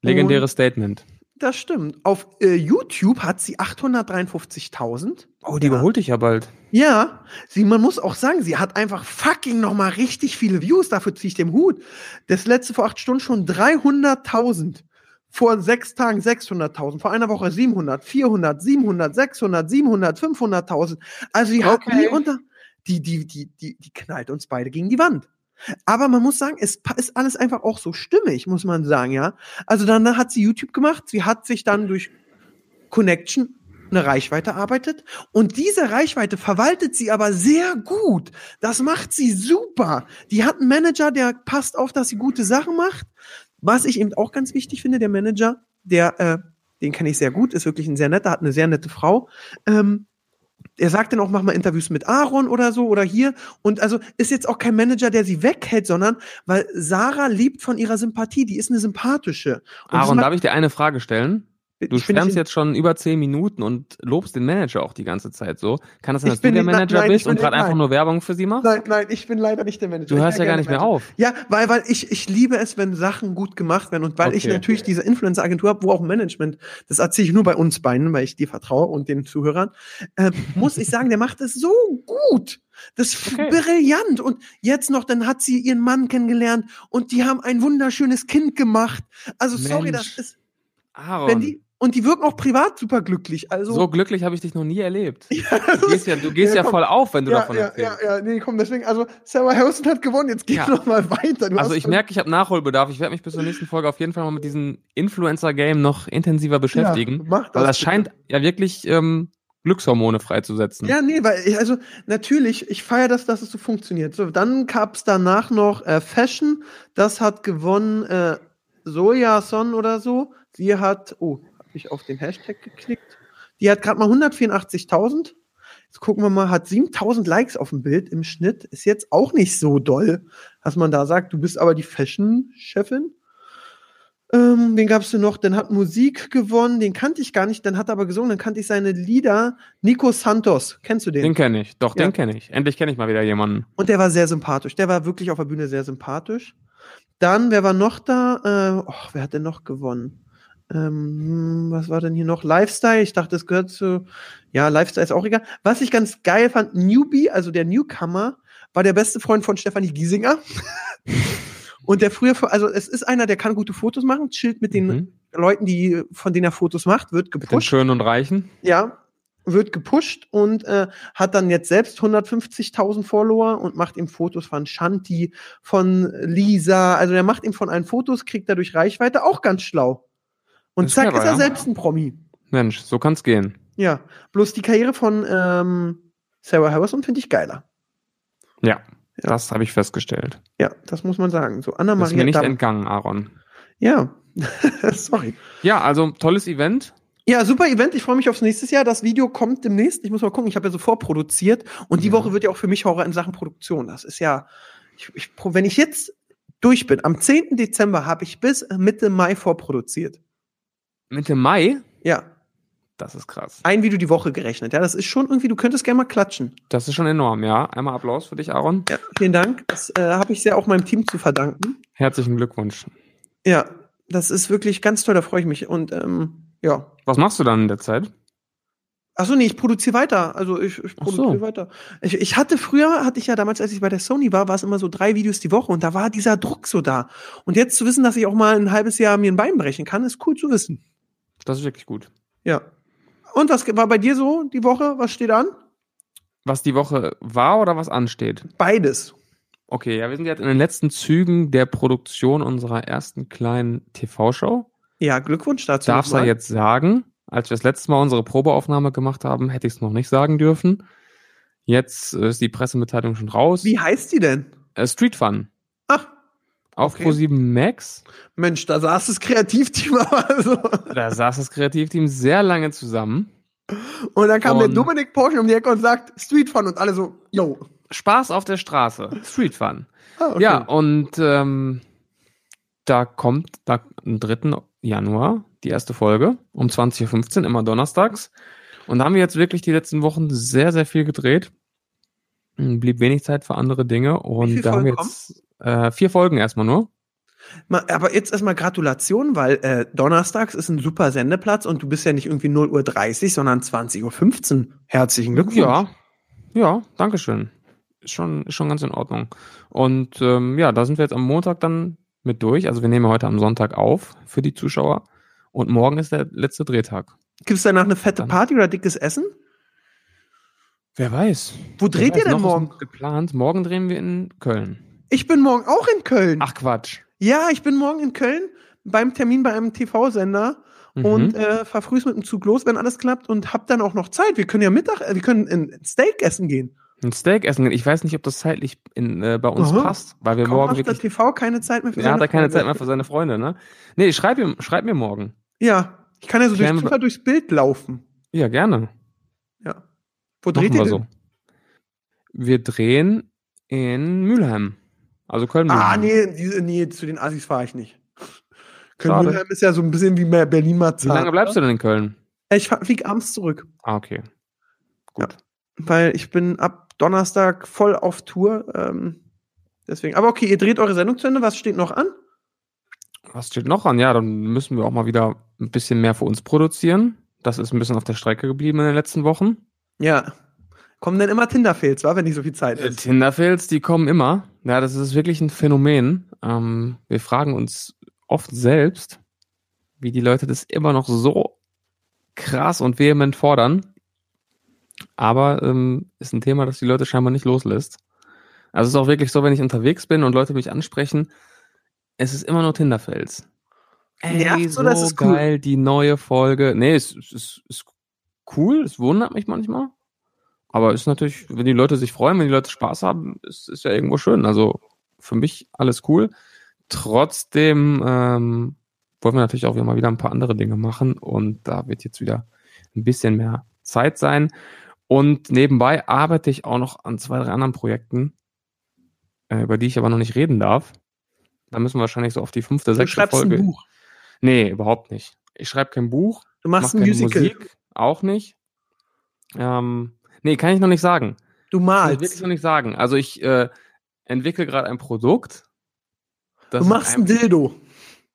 Speaker 3: Legendäres Statement.
Speaker 2: das stimmt. Auf äh, YouTube hat sie 853.000.
Speaker 3: Oh, die
Speaker 2: Ja.
Speaker 3: überholt dich ja bald.
Speaker 2: Ja, sie, man muss auch sagen, sie hat einfach fucking nochmal richtig viele Views. Dafür ziehe ich den Hut. Das letzte vor acht Stunden schon 300.000. Vor sechs Tagen 600.000, vor einer Woche 700, 400, 700, 600, 700, 500.000. Also die hat
Speaker 3: Okay.
Speaker 2: die unter, die, die, die, die, die knallt uns beide gegen die Wand. Aber man muss sagen, es pa- ist alles einfach auch so stimmig, muss man sagen, ja. Also dann hat sie YouTube gemacht, sie hat sich dann durch Connection eine Reichweite arbeitet und diese Reichweite verwaltet sie aber sehr gut. Das macht sie super. Die hat einen Manager, der passt auf, dass sie gute Sachen macht. Was ich eben auch ganz wichtig finde, der Manager, der, äh, den kenne ich sehr gut, ist wirklich ein sehr netter, hat eine sehr nette Frau. Ähm, er sagt dann auch, mach mal Interviews mit Aaron oder so oder hier. Und also ist jetzt auch kein Manager, der sie weghält, sondern weil Sarah lebt von ihrer Sympathie. Die ist eine sympathische. Und das
Speaker 3: Aaron,
Speaker 2: macht-
Speaker 3: darf ich dir eine Frage stellen? Du
Speaker 2: ich bin nicht
Speaker 3: schwärmst
Speaker 2: in-
Speaker 3: jetzt schon über zehn Minuten und lobst den Manager auch die ganze Zeit so. Kann das sein,
Speaker 2: Ich
Speaker 3: dass du
Speaker 2: bin
Speaker 3: der
Speaker 2: nicht-
Speaker 3: Manager
Speaker 2: nein, ich
Speaker 3: bist
Speaker 2: bin
Speaker 3: und gerade
Speaker 2: nicht-
Speaker 3: einfach
Speaker 2: nein.
Speaker 3: nur Werbung für sie machst?
Speaker 2: Nein, nein, ich bin leider nicht der Manager.
Speaker 3: Du
Speaker 2: Ich
Speaker 3: hörst ja
Speaker 2: wäre
Speaker 3: gar
Speaker 2: gerne
Speaker 3: nicht mehr
Speaker 2: Manager.
Speaker 3: auf.
Speaker 2: Ja, weil, weil ich, ich liebe es, wenn Sachen gut gemacht werden und weil ich
Speaker 3: Okay.
Speaker 2: natürlich diese Influencer-Agentur habe, wo auch Management, das erzähle ich nur bei uns beiden, weil ich dir vertraue und den Zuhörern, äh, muss ich sagen, der macht es so gut. Das ist
Speaker 3: Okay.
Speaker 2: brillant. Und jetzt noch, dann hat sie ihren Mann kennengelernt und die haben ein wunderschönes Kind gemacht. Also, sorry,
Speaker 3: Mensch.
Speaker 2: das ist, wenn
Speaker 3: Aaron,
Speaker 2: die, und die wirken auch privat super glücklich. Also,
Speaker 3: so glücklich habe ich dich noch nie erlebt.
Speaker 2: das
Speaker 3: Du
Speaker 2: ist-
Speaker 3: gehst ja, du gehst
Speaker 2: Ja,
Speaker 3: ja,
Speaker 2: komm.
Speaker 3: voll auf, wenn du
Speaker 2: ja,
Speaker 3: davon
Speaker 2: ja,
Speaker 3: erzählst.
Speaker 2: ja, ja, nee, komm, deswegen, also Sarah Harrison hat gewonnen, jetzt geh
Speaker 3: Ja.
Speaker 2: noch mal weiter. Du
Speaker 3: Also
Speaker 2: hast
Speaker 3: ich
Speaker 2: schon-
Speaker 3: merke, ich habe Nachholbedarf. Ich werde mich bis zur nächsten Folge auf jeden Fall mal mit diesem Influencer-Game noch intensiver beschäftigen.
Speaker 2: Ja, mach das
Speaker 3: weil das
Speaker 2: bitte.
Speaker 3: scheint ja wirklich ähm, Glückshormone freizusetzen.
Speaker 2: Ja, nee, weil, ich- also natürlich, ich feiere das, dass es so funktioniert. So, dann gab's danach noch äh, Fashion, das hat gewonnen äh, Soja Son oder so. Sie hat, oh, habe ich auf den Hashtag geklickt. Die hat gerade mal 184.000. Jetzt gucken wir mal, hat 7.000 Likes auf dem Bild im Schnitt. Ist jetzt auch nicht so doll, dass man da sagt, du bist aber die Fashion-Chefin. Ähm, wen gab's denn noch? Dann hat Musik gewonnen, den kannte ich gar nicht, dann hat er aber gesungen, dann kannte ich seine Lieder. Nico Santos, kennst du den?
Speaker 3: Den kenne ich, doch,
Speaker 2: Ja.
Speaker 3: den kenne ich. Endlich kenne ich mal wieder jemanden.
Speaker 2: Und der war sehr sympathisch. Der war wirklich auf der Bühne sehr sympathisch. Dann, wer war noch da? Äh, och, wer hat denn noch gewonnen? Ähm, was war denn hier noch? Lifestyle, ich dachte, das gehört zu. Ja, Lifestyle ist auch egal. Was ich ganz geil fand, Newbie, also der Newcomer, war der beste Freund von Stefanie Giesinger. Und der früher, also es ist einer, der kann gute Fotos machen, chillt mit den
Speaker 3: Mhm.
Speaker 2: Leuten, die, von denen er Fotos macht, wird
Speaker 3: Mit den
Speaker 2: gepusht.
Speaker 3: Schönen und Reichen.
Speaker 2: Ja, wird gepusht und äh, hat dann jetzt selbst 150.000 Follower und macht ihm Fotos von Shanti, von Lisa. Also er macht ihm von allen Fotos, kriegt dadurch Reichweite, auch ganz schlau. Und
Speaker 3: Das ist
Speaker 2: zack,
Speaker 3: clever,
Speaker 2: ist er
Speaker 3: ja.
Speaker 2: selbst ein Promi.
Speaker 3: Mensch, so kann's gehen.
Speaker 2: Ja, bloß die Karriere von ähm, Sarah Harrison finde ich geiler.
Speaker 3: Ja, das habe ich festgestellt.
Speaker 2: Ja, das muss man sagen. So Anna
Speaker 3: Das ist mir
Speaker 2: Maria
Speaker 3: nicht
Speaker 2: Damm.
Speaker 3: entgangen, Aaron.
Speaker 2: Ja, sorry.
Speaker 3: Ja, also tolles Event.
Speaker 2: Ja, super Event. Ich freue mich aufs nächste Jahr. Das Video kommt demnächst. Ich muss mal gucken. Ich habe ja so vorproduziert. Und die
Speaker 3: Ja.
Speaker 2: Woche wird ja auch für mich Horror in Sachen Produktion. Das ist ja, ich, ich, wenn ich jetzt durch bin, am 10. Dezember habe ich bis Mitte Mai vorproduziert.
Speaker 3: Mitte Mai,
Speaker 2: Ja,
Speaker 3: das ist krass.
Speaker 2: ein Video die Woche gerechnet. Ja, das ist schon irgendwie, du könntest gerne mal klatschen.
Speaker 3: Das ist schon enorm, ja. Einmal Applaus für dich, Aaron.
Speaker 2: Ja, vielen Dank. Das äh, habe ich sehr auch meinem Team zu verdanken.
Speaker 3: Herzlichen Glückwunsch.
Speaker 2: Ja, das ist wirklich ganz toll. Da freue ich mich. Und ähm, ja,
Speaker 3: Was machst du dann in der Zeit?
Speaker 2: Achso, nee, ich produziere weiter. Also ich, ich
Speaker 3: Ach so.
Speaker 2: produziere weiter. Ich, ich hatte früher, hatte ich ja damals, als ich bei der Sony war, war es immer so drei Videos die Woche und da war dieser Druck so da. Und jetzt zu wissen, dass ich auch mal ein halbes Jahr mir ein Bein brechen kann, ist cool zu wissen.
Speaker 3: Das ist wirklich gut.
Speaker 2: Ja. Und was ge- war bei dir so die Woche? Was steht an?
Speaker 3: Was die Woche war oder was ansteht?
Speaker 2: Beides.
Speaker 3: Okay, ja, wir sind jetzt in den letzten Zügen der Produktion unserer ersten kleinen TV-Show.
Speaker 2: Ja, Glückwunsch dazu.
Speaker 3: Darf's ja
Speaker 2: nochmal.
Speaker 3: jetzt sagen. Als wir das letzte Mal unsere Probeaufnahme gemacht haben, hätte ich es noch nicht sagen dürfen. Jetzt äh, ist die Pressemitteilung schon raus.
Speaker 2: Wie heißt die denn?
Speaker 3: Äh, Street Fun.
Speaker 2: Ach,
Speaker 3: Auf
Speaker 2: Ah, Okay.
Speaker 3: Pro7 Max.
Speaker 2: Mensch, da saß das also. Kreativteam aber so.
Speaker 3: Da saß das Kreativteam sehr lange zusammen.
Speaker 2: Und dann kam der
Speaker 3: Und-
Speaker 2: Dominik Porsche um die Ecke und sagt, Street Fun und alle so, yo.
Speaker 3: Spaß auf der Straße. Street Fun.
Speaker 2: Ah, okay.
Speaker 3: Ja, und ähm, da kommt da, am 3. Januar die erste Folge um 20.15 Uhr, immer donnerstags. Und da haben wir jetzt wirklich die letzten Wochen sehr, sehr viel gedreht. Hm, Blieb wenig Zeit für andere Dinge.
Speaker 2: Wie
Speaker 3: Und
Speaker 2: viele
Speaker 3: da haben wir
Speaker 2: Folgen
Speaker 3: jetzt äh, vier Folgen erstmal nur.
Speaker 2: Ma- Aber jetzt erstmal Gratulation, weil äh, donnerstags ist ein super Sendeplatz und du bist ja nicht irgendwie 0.30 Uhr, sondern 20.15 Uhr. Herzlichen Glückwunsch.
Speaker 3: Ja, ja, Dankeschön. Ist schon, ist schon ganz in Ordnung. Und ähm, ja, da sind wir jetzt am Montag dann mit durch. Also wir nehmen ja heute am Sonntag auf für die Zuschauer. Und morgen ist der letzte Drehtag.
Speaker 2: Gibt es danach eine fette
Speaker 3: Dann-
Speaker 2: Party oder dickes Essen?
Speaker 3: Wer weiß.
Speaker 2: Wo dreht
Speaker 3: Wer
Speaker 2: ihr
Speaker 3: weiß,
Speaker 2: denn
Speaker 3: also noch ist
Speaker 2: morgen?
Speaker 3: nichts Geplant. Morgen drehen wir in Köln.
Speaker 2: Ich bin morgen auch in Köln.
Speaker 3: Ach Quatsch.
Speaker 2: Ja, ich bin morgen in Köln beim Termin bei einem TV-Sender
Speaker 3: Mhm.
Speaker 2: und äh, fahr früh mit dem Zug los, wenn alles klappt und hab dann auch noch Zeit. Wir können ja Mittag, äh, wir können in in Steak essen gehen.
Speaker 3: ein Steak essen. gehen. Ich weiß nicht, ob das zeitlich in, äh, bei uns
Speaker 2: Aha.
Speaker 3: passt, weil wir
Speaker 2: Kaum
Speaker 3: morgen
Speaker 2: hat der
Speaker 3: wirklich.
Speaker 2: TV keine Zeit mehr für
Speaker 3: Er hat
Speaker 2: seine
Speaker 3: da keine
Speaker 2: Freunde.
Speaker 3: Zeit mehr für seine Freunde, ne? Nee, schreib, ihm, schreib mir morgen.
Speaker 2: Ja, ich kann ja so durch
Speaker 3: Klären wir-
Speaker 2: Zufall durchs Bild laufen.
Speaker 3: Ja, gerne.
Speaker 2: Ja. Wo dreht
Speaker 3: Machen
Speaker 2: ihr
Speaker 3: wir
Speaker 2: denn?
Speaker 3: so. Wir drehen in Mülheim. Also Köln.
Speaker 2: Ah, nee, diese, nee, zu den Assis fahre ich nicht.
Speaker 3: Schade.
Speaker 2: Köln-Mülheim ist ja so ein bisschen wie mehr
Speaker 3: Wie
Speaker 2: Berlin-Marzahn.
Speaker 3: lange bleibst du denn in Köln?
Speaker 2: Ich fliege abends zurück,
Speaker 3: Ah, okay. Gut.
Speaker 2: weil ich bin ab Donnerstag voll auf Tour. Ähm, deswegen. Aber okay, ihr dreht eure Sendung zu Ende. Was steht noch an?
Speaker 3: Was steht noch an? Ja, dann müssen wir auch mal wieder ein bisschen mehr für uns produzieren. Das ist ein bisschen auf der Strecke geblieben in den letzten Wochen.
Speaker 2: Ja. Kommen denn immer Tinder-Fails, war, wenn nicht so viel Zeit
Speaker 3: Äh,
Speaker 2: ist?
Speaker 3: Tinder-Fails, die kommen immer. Ja, das ist wirklich ein Phänomen. Ähm, wir fragen uns oft selbst, wie die Leute das immer noch so krass und vehement fordern. Aber ähm, ist ein Thema, das die Leute scheinbar nicht loslässt. Also es ist auch wirklich so, wenn ich unterwegs bin und Leute mich ansprechen, es ist immer nur Tinder-Fails. Ey,
Speaker 2: Nervt's
Speaker 3: so
Speaker 2: oder ist es cool?
Speaker 3: geil, die neue Folge. Nee, es ist, ist, ist cool, es wundert mich manchmal. Aber ist natürlich, wenn die Leute sich freuen, wenn die Leute Spaß haben, ist, ist ja irgendwo schön. Also für mich alles cool. Trotzdem ähm, wollen wir natürlich auch immer wieder ein paar andere Dinge machen und da wird jetzt wieder ein bisschen mehr Zeit sein. Und nebenbei arbeite ich auch noch an zwei, drei anderen Projekten, äh, über die ich aber noch nicht reden darf. Da müssen wir wahrscheinlich so auf die fünfte,
Speaker 2: Du
Speaker 3: sechste
Speaker 2: schreibst
Speaker 3: Folge.
Speaker 2: ein Buch.
Speaker 3: Nee, überhaupt nicht. Ich schreibe kein Buch,
Speaker 2: Du machst ein
Speaker 3: mach keine
Speaker 2: Musical.
Speaker 3: Musik, auch nicht. Ähm, nee, kann ich noch nicht sagen.
Speaker 2: Du
Speaker 3: Kann ich wirklich
Speaker 2: malst.
Speaker 3: noch nicht sagen. Also ich äh, entwickle gerade ein Produkt. das
Speaker 2: Du
Speaker 3: ist
Speaker 2: machst ein
Speaker 3: ein-
Speaker 2: Dildo.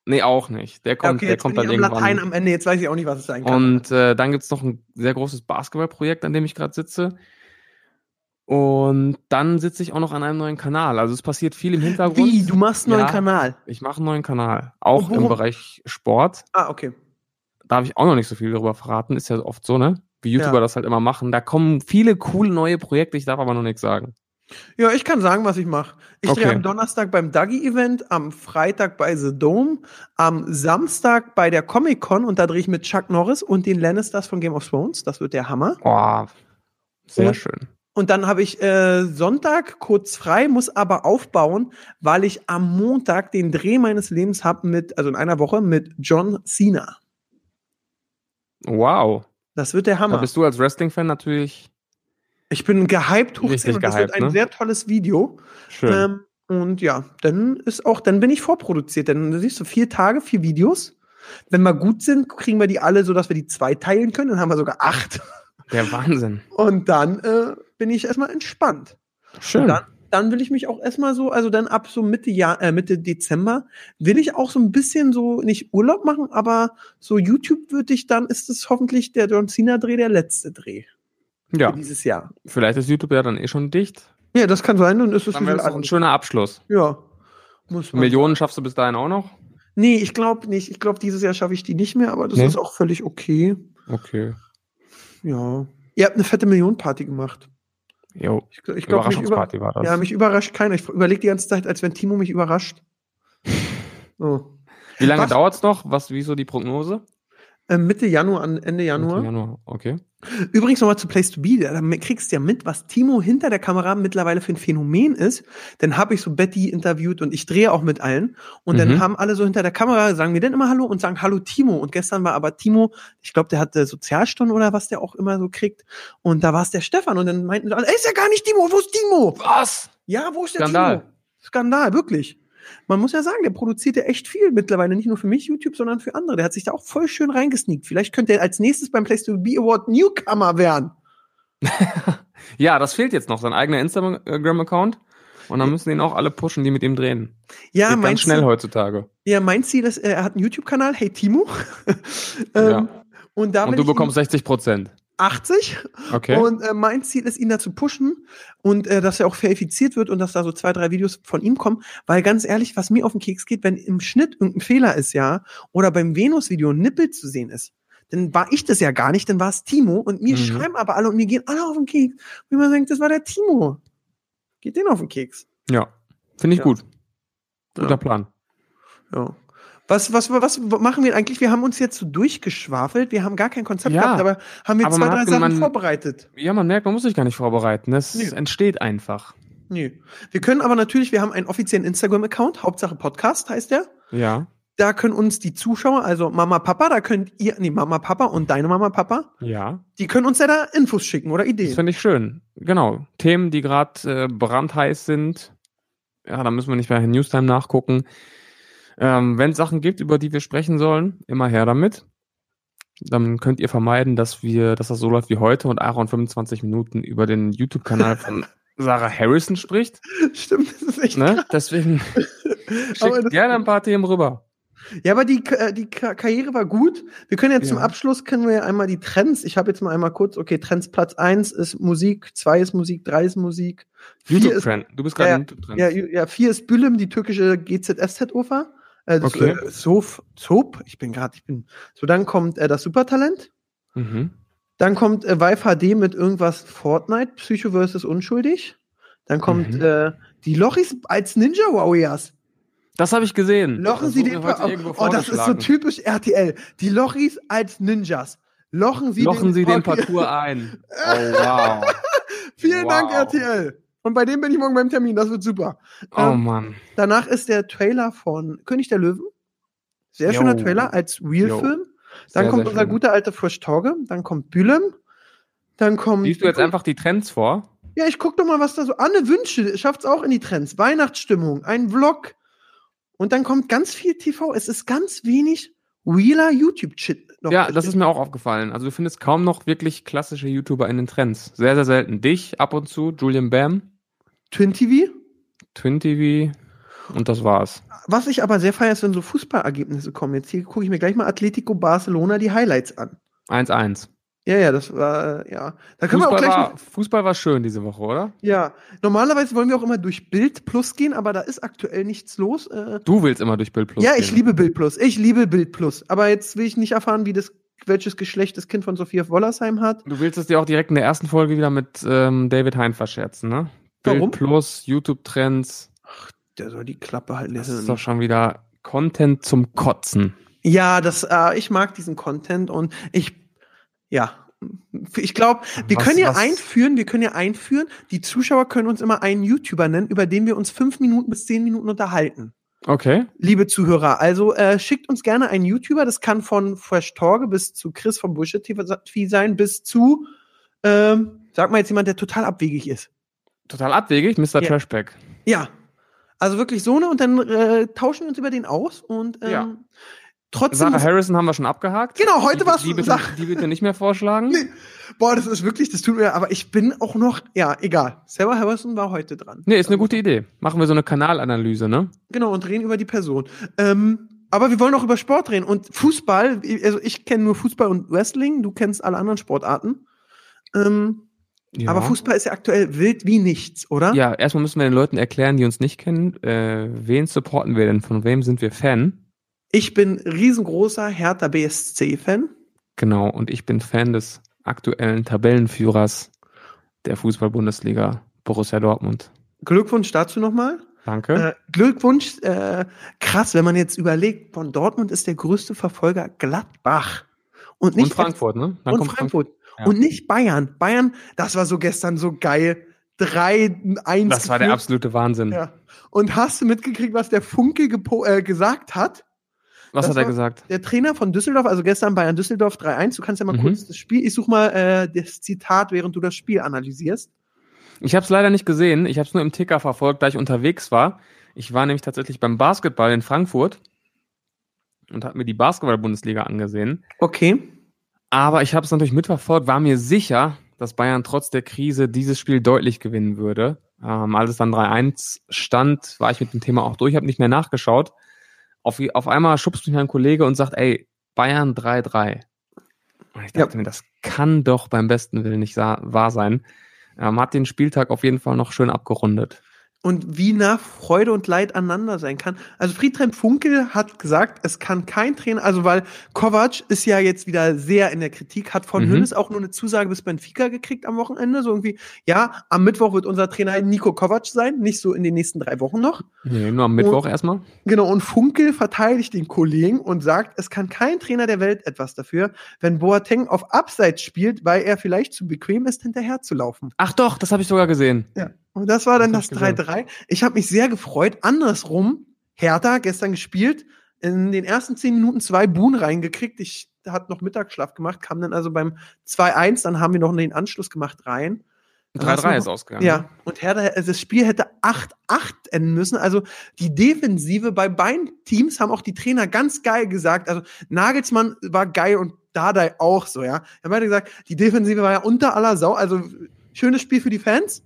Speaker 3: Nee, auch nicht. Der
Speaker 2: Ja,
Speaker 3: kommt, der
Speaker 2: jetzt
Speaker 3: kommt
Speaker 2: bin
Speaker 3: dann
Speaker 2: ich am
Speaker 3: irgendwann.
Speaker 2: Latein am Ende. Jetzt weiß ich auch nicht, was es sein kann.
Speaker 3: Und äh, dann gibt's noch ein sehr großes Basketballprojekt, an dem ich gerade sitze. Und dann sitze ich auch noch an einem neuen Kanal. Also es passiert viel im Hintergrund.
Speaker 2: Wie? Du machst einen neuen
Speaker 3: Ja.
Speaker 2: Kanal.
Speaker 3: Ich mache einen neuen Kanal. Auch
Speaker 2: Und worum-
Speaker 3: im Bereich Sport.
Speaker 2: Ah, okay.
Speaker 3: Darf ich auch noch nicht so viel darüber verraten. Ist ja oft so, ne? Wie YouTuber
Speaker 2: Ja.
Speaker 3: das halt immer machen. Da kommen viele coole neue Projekte. Ich darf aber noch nichts sagen.
Speaker 2: Ja, ich kann sagen, was ich mache. Ich drehe
Speaker 3: Okay.
Speaker 2: am Donnerstag beim Duggy-Event, am Freitag bei The Dome, am Samstag bei der Comic-Con und da drehe ich mit Chuck Norris und den Lannisters von Game of Thrones. Das wird der Hammer.
Speaker 3: Oh, sehr
Speaker 2: Und-
Speaker 3: schön.
Speaker 2: Und dann habe ich äh, Sonntag kurz frei, muss aber aufbauen, weil ich am Montag den Dreh meines Lebens habe mit, also in einer Woche, mit John Cena.
Speaker 3: Wow.
Speaker 2: Das wird der
Speaker 3: Da
Speaker 2: Hammer.
Speaker 3: bist du als Wrestling-Fan natürlich
Speaker 2: ich bin gehypt hoch
Speaker 3: Richtig
Speaker 2: 10 und das wird
Speaker 3: gehypt,
Speaker 2: ein
Speaker 3: ne?
Speaker 2: sehr tolles Video. Ähm,
Speaker 3: schön.
Speaker 2: und ja, dann ist auch, dann bin ich vorproduziert. Dann siehst du vier Tage, vier Videos. Wenn wir gut sind, kriegen wir die alle so, dass wir die zwei teilen können. Dann haben wir sogar acht.
Speaker 3: der Wahnsinn.
Speaker 2: Und dann äh, bin ich erstmal entspannt.
Speaker 3: Schön.
Speaker 2: Dann, dann will ich mich auch erstmal so, also dann ab so Mitte Jahr, äh, Mitte Dezember will ich auch so ein bisschen so nicht Urlaub machen, aber so YouTube würde ich dann ist es hoffentlich der John Cena Dreh der letzte Dreh
Speaker 3: Ja,
Speaker 2: für dieses Jahr.
Speaker 3: vielleicht ist YouTube ja dann eh schon dicht.
Speaker 2: Ja, das kann sein, dann ist es
Speaker 3: Dann
Speaker 2: wieder
Speaker 3: wäre das auch ein
Speaker 2: alles.
Speaker 3: schöner Abschluss.
Speaker 2: Ja. Muss man.
Speaker 3: Millionen schaffst du bis dahin auch noch?
Speaker 2: Nee, ich glaube nicht. Ich glaube, dieses Jahr schaffe ich die nicht mehr, aber das
Speaker 3: Nee.
Speaker 2: ist auch völlig okay.
Speaker 3: Okay.
Speaker 2: Ja. Ihr habt eine fette Millionenparty gemacht.
Speaker 3: Jo,
Speaker 2: Ich, gl- ich glaube, mich, über
Speaker 3: Überraschungsparty war das.
Speaker 2: ja, mich überrascht keiner. Ich überlege die ganze Zeit, als wenn Timo mich überrascht. So.
Speaker 3: Wie lange
Speaker 2: Was-
Speaker 3: dauert's noch? Was, wieso die Prognose?
Speaker 2: Ähm, Mitte Januar, an Ende Januar.
Speaker 3: Mitte Januar, okay.
Speaker 2: Übrigens nochmal zu Place to Be, da da kriegst du ja mit, was Timo hinter der Kamera mittlerweile für ein Phänomen ist. Dann habe ich so Betty interviewt und ich drehe auch mit allen. Und dann
Speaker 3: Mhm.
Speaker 2: haben alle so hinter der Kamera, sagen mir dann immer Hallo und sagen Hallo Timo. Und gestern war aber Timo, ich glaube, der hatte Sozialstunden oder was der auch immer so kriegt. Und da war es der Stefan. Und dann meinten sie, alle, "Ey, ist ja gar nicht Timo, wo ist Timo?
Speaker 3: Was?
Speaker 2: Ja, wo ist der
Speaker 3: Skandal.
Speaker 2: Timo? Skandal, wirklich. Man muss ja sagen, der produziert ja echt viel mittlerweile, nicht nur für mich YouTube, sondern für andere. Der hat sich da auch voll schön reingesneakt. Vielleicht könnte er als nächstes beim Place to Be Award Newcomer werden.
Speaker 3: Ja, das fehlt jetzt noch, sein eigener Instagram-Account. Und dann müssen ihn auch alle pushen, die mit ihm drehen.
Speaker 2: Ja,
Speaker 3: Geht
Speaker 2: mein
Speaker 3: ganz schnell
Speaker 2: Ziel,
Speaker 3: heutzutage.
Speaker 2: ja, mein Ziel ist, äh, er hat einen YouTube-Kanal, hey Timo. ähm,
Speaker 3: Ja.
Speaker 2: Und da
Speaker 3: Und
Speaker 2: will
Speaker 3: du
Speaker 2: ich ihn-
Speaker 3: bekommst 60 Prozent.
Speaker 2: 80.
Speaker 3: Okay.
Speaker 2: Und äh, mein Ziel ist, ihn dazu pushen und äh, dass er auch verifiziert wird und dass da so zwei, drei Videos von ihm kommen. Weil ganz ehrlich, was mir auf den Keks geht, wenn im Schnitt irgendein Fehler ist, ja, oder beim Venus-Video ein Nippel zu sehen ist, dann war ich das ja gar nicht, dann war es Timo. Und mir
Speaker 3: Mhm.
Speaker 2: schreiben aber alle und mir gehen alle auf den Keks. Und man denkt, das war der Timo. Geht den auf den Keks.
Speaker 3: ja. Finde ich
Speaker 2: Ja.
Speaker 3: gut. Guter
Speaker 2: Ja.
Speaker 3: Plan.
Speaker 2: Ja. Was, was, was machen wir eigentlich? Wir haben uns jetzt so durchgeschwafelt, wir haben gar kein Konzept
Speaker 3: Ja.
Speaker 2: gehabt, aber haben wir
Speaker 3: Aber
Speaker 2: zwei,
Speaker 3: man
Speaker 2: drei
Speaker 3: hat-
Speaker 2: Sachen
Speaker 3: man-
Speaker 2: vorbereitet.
Speaker 3: Ja, man merkt, man muss sich gar nicht vorbereiten. Das
Speaker 2: Nee.
Speaker 3: entsteht einfach.
Speaker 2: Nee. Wir können aber natürlich, wir haben einen offiziellen Instagram-Account, Hauptsache Podcast heißt der.
Speaker 3: Ja.
Speaker 2: Da können uns die Zuschauer, also Mama, Papa, da könnt ihr, nee, Mama, Papa und deine Mama, Papa,
Speaker 3: Ja.
Speaker 2: die können uns ja da Infos schicken oder
Speaker 3: Das
Speaker 2: Ideen.
Speaker 3: finde ich schön. Genau. Themen, die gerade äh, brandheiß sind. Ja, da müssen wir nicht mehr in Newstime nachgucken. Ähm, Wenn es Sachen gibt, über die wir sprechen sollen, immer her damit. Dann könnt ihr vermeiden, dass wir, dass das so läuft wie heute und Aaron 25 Minuten über den YouTube-Kanal von Sarah Harrison spricht.
Speaker 2: Stimmt, das ist echt.
Speaker 3: Ne? Deswegen
Speaker 2: Aber
Speaker 3: schickt
Speaker 2: das-
Speaker 3: gerne ein paar Themen rüber.
Speaker 2: Ja, aber die, Ka- die Ka- Karriere war gut. Wir können jetzt
Speaker 3: Ja.
Speaker 2: zum Abschluss, können wir ja einmal die Trends, ich habe jetzt mal einmal kurz, okay, Trends Platz 1 ist Musik, 2 ist Musik, 3 ist Musik, 4 ist
Speaker 3: YouTube-Trend. Du bist gerade
Speaker 2: Ja,
Speaker 3: im YouTube-Trend.
Speaker 2: Ja, ju- ja, vier ist Bülem, die türkische GZSZ-Ufer. Äh, das,
Speaker 3: Okay.
Speaker 2: äh, Sof, Zob, ich bin gerade, ich bin. So, dann kommt äh, das Supertalent.
Speaker 3: Mhm.
Speaker 2: Dann kommt äh, Vive HD mit irgendwas Fortnite, Psycho vs. Unschuldig. Dann kommt
Speaker 3: Mhm.
Speaker 2: äh, die Lochis als Ninja Warriors.
Speaker 3: Das habe ich gesehen.
Speaker 2: Lochen
Speaker 3: Das
Speaker 2: Sie
Speaker 3: wurde
Speaker 2: den
Speaker 3: mir heute
Speaker 2: Paar-
Speaker 3: irgendwo
Speaker 2: Oh, das ist so
Speaker 3: vorgeschlagen.
Speaker 2: typisch RTL. Die Lochis als Ninjas. Lochen Sie
Speaker 3: Lochen
Speaker 2: den,
Speaker 3: Sie den
Speaker 2: Park-
Speaker 3: Parcours ein. Oh, wow.
Speaker 2: Vielen Dank,
Speaker 3: Wow.
Speaker 2: RTL. Und bei dem bin ich morgen beim Termin, das wird super.
Speaker 3: Oh,
Speaker 2: Ähm,
Speaker 3: Mann.
Speaker 2: Danach ist der Trailer von König der Löwen. Sehr
Speaker 3: Jo.
Speaker 2: schöner Trailer als
Speaker 3: Jo.
Speaker 2: Real-Film. Dann
Speaker 3: Sehr,
Speaker 2: kommt
Speaker 3: sehr
Speaker 2: unser
Speaker 3: schön.
Speaker 2: guter alter Frisch Torge. Dann kommt Bülem. Dann kommt.
Speaker 3: Siehst du jetzt einfach die Trends vor?
Speaker 2: Ja, ich guck doch mal, was da so. Anne Wünsche schafft's auch in die Trends. Weihnachtsstimmung, ein Vlog. Und dann kommt ganz viel TV. Es ist ganz wenig realer YouTube-Shit. noch.
Speaker 3: Ja, das ist mir auch aufgefallen. Also du findest kaum noch wirklich klassische YouTuber in den Trends. Sehr, sehr selten. Dich ab und zu, Julian Bam,
Speaker 2: Twin TV.
Speaker 3: Twin TV und das war's.
Speaker 2: Was ich aber sehr feier, ist, wenn so Fußballergebnisse kommen. Jetzt hier gucke ich mir gleich mal Atletico Barcelona die Highlights an.
Speaker 3: 1-1.
Speaker 2: Ja, ja, das war, äh, ja. Da können wir auch
Speaker 3: Fußball,
Speaker 2: gleich noch-
Speaker 3: war- Fußball war schön diese Woche, oder?
Speaker 2: Ja, normalerweise wollen wir auch immer durch Bild Plus gehen, aber da ist aktuell nichts los. Äh,
Speaker 3: Du willst immer durch Bild Plus
Speaker 2: ja, ich
Speaker 3: gehen.
Speaker 2: liebe Bild Plus. Ich liebe Bild Plus. Aber jetzt will ich nicht erfahren, wie das, welches Geschlecht das Kind von Sophia Wollersheim hat.
Speaker 3: Du willst es dir auch direkt in der ersten Folge wieder mit ähm, David Hein verscherzen, ne? Bild
Speaker 2: Warum?
Speaker 3: Plus, YouTube-Trends.
Speaker 2: Der soll die Klappe halten.
Speaker 3: Das ist doch schon wieder Content zum Kotzen.
Speaker 2: ja, das, äh, ich mag diesen Content und ich, ja. Ich glaube, wir
Speaker 3: Was-
Speaker 2: können ja
Speaker 3: was-
Speaker 2: einführen, wir können ja einführen, die Zuschauer können uns immer einen YouTuber nennen, über den wir uns fünf Minuten bis zehn Minuten unterhalten.
Speaker 3: Okay.
Speaker 2: liebe Zuhörer, also äh, schickt uns gerne einen YouTuber, das kann von Fresh Torge bis zu Chris vom Bullshit TV sein, bis zu, ähm, sag mal jetzt jemand, der total abwegig ist.
Speaker 3: Total abwegig, Mr.
Speaker 2: Ja.
Speaker 3: Trashback.
Speaker 2: ne, Ja. Also wirklich so eine und dann äh, tauschen wir uns über den aus und ähm,
Speaker 3: Ja.
Speaker 2: Trotzdem.
Speaker 3: Sarah Harrison haben wir schon abgehakt.
Speaker 2: Genau, heute
Speaker 3: die,
Speaker 2: war's-
Speaker 3: die, bitte,
Speaker 2: Sarah-
Speaker 3: die bitte nicht mehr vorschlagen.
Speaker 2: Nee. boah, das ist wirklich, das tut mir, aber ich bin auch noch, ja, egal. Sarah Harrison war heute dran.
Speaker 3: Nee, ist eine gute Idee. Machen wir so eine Kanalanalyse, ne?
Speaker 2: Genau, und reden über die Person. Ähm, aber wir wollen auch über Sport reden. Und Fußball, also ich kenne nur Fußball und Wrestling, du kennst alle anderen Sportarten. Ähm,
Speaker 3: Ja.
Speaker 2: Aber Fußball ist ja aktuell wild wie nichts, oder?
Speaker 3: Ja, erstmal müssen wir den Leuten erklären, die uns nicht kennen, äh, wen supporten wir denn? Von wem sind wir Fan?
Speaker 2: Ich bin riesengroßer Hertha BSC-Fan.
Speaker 3: Genau, und ich bin Fan des aktuellen Tabellenführers der Fußball-Bundesliga, Borussia Dortmund.
Speaker 2: Glückwunsch dazu nochmal.
Speaker 3: Danke.
Speaker 2: Äh, Glückwunsch, äh, krass, wenn man jetzt überlegt, von Dortmund ist der größte Verfolger Gladbach. Und nicht
Speaker 3: und Frankfurt, ne?
Speaker 2: und Frankfurt.
Speaker 3: Ja.
Speaker 2: Und nicht Bayern. Bayern, das war so gestern so geil. 3-1.
Speaker 3: Das war der
Speaker 2: geführt.
Speaker 3: absolute Wahnsinn.
Speaker 2: Ja. Und hast du mitgekriegt, was der Funke gepo- äh, gesagt hat?
Speaker 3: Was
Speaker 2: das
Speaker 3: hat er
Speaker 2: war-
Speaker 3: gesagt?
Speaker 2: Der Trainer von Düsseldorf, also gestern Bayern Düsseldorf 3-1, du kannst ja mal
Speaker 3: Mhm.
Speaker 2: kurz das Spiel, ich suche mal äh, das Zitat, während du das Spiel analysierst.
Speaker 3: Ich habe es leider nicht gesehen. Ich habe es nur im Ticker verfolgt, da ich unterwegs war. Ich war nämlich tatsächlich beim Basketball in Frankfurt und habe mir die Basketball-Bundesliga angesehen.
Speaker 2: Okay.
Speaker 3: Aber ich habe es natürlich mitverfolgt, war mir sicher, dass Bayern trotz der Krise dieses Spiel deutlich gewinnen würde. Ähm, als es dann 3-1 stand, war ich mit dem Thema auch durch, habe nicht mehr nachgeschaut. Auf, auf einmal schubst mich mein Kollege und sagt, ey, Bayern 3-3. Und ich
Speaker 2: Ja.
Speaker 3: dachte mir, das kann doch beim besten Willen nicht sa- wahr sein. Ähm, hat den Spieltag auf jeden Fall noch schön abgerundet.
Speaker 2: Und wie nah Freude und Leid aneinander sein kann. Also Friedhelm Funkel hat gesagt, es kann kein Trainer, also weil Kovac ist ja jetzt wieder sehr in der Kritik, hat von
Speaker 3: Mhm.
Speaker 2: Hönes auch nur eine Zusage bis Benfica gekriegt am Wochenende, so irgendwie, ja, am Mittwoch wird unser Trainer Nico Kovac sein, nicht so in den nächsten drei Wochen noch.
Speaker 3: Nee, nur am Mittwoch erstmal.
Speaker 2: Genau, und Funkel verteidigt den Kollegen und sagt, es kann kein Trainer der Welt etwas dafür, wenn Boateng auf Abseits spielt, weil er vielleicht zu bequem ist, hinterherzulaufen.
Speaker 3: Ach doch, das habe ich sogar gesehen.
Speaker 2: Ja. Und das war dann
Speaker 3: Das
Speaker 2: das
Speaker 3: hab ich
Speaker 2: 3-3. Ich habe mich sehr gefreut. Andersrum, Hertha gestern gespielt, in den ersten zehn Minuten zwei Buhnen reingekriegt. Ich hatte noch Mittagsschlaf gemacht, kam dann also beim 2-1, dann haben wir noch den Anschluss gemacht rein. Dann hast du
Speaker 3: 3-3
Speaker 2: noch-
Speaker 3: ist ausgegangen.
Speaker 2: Ja, und Hertha, also das Spiel hätte 8-8 enden müssen. Also die Defensive bei beiden Teams haben auch die Trainer ganz geil gesagt. Also Nagelsmann war geil und Dardai auch so, ja. Wir haben beide gesagt, die Defensive war ja unter aller Sau. Also schönes Spiel für die Fans.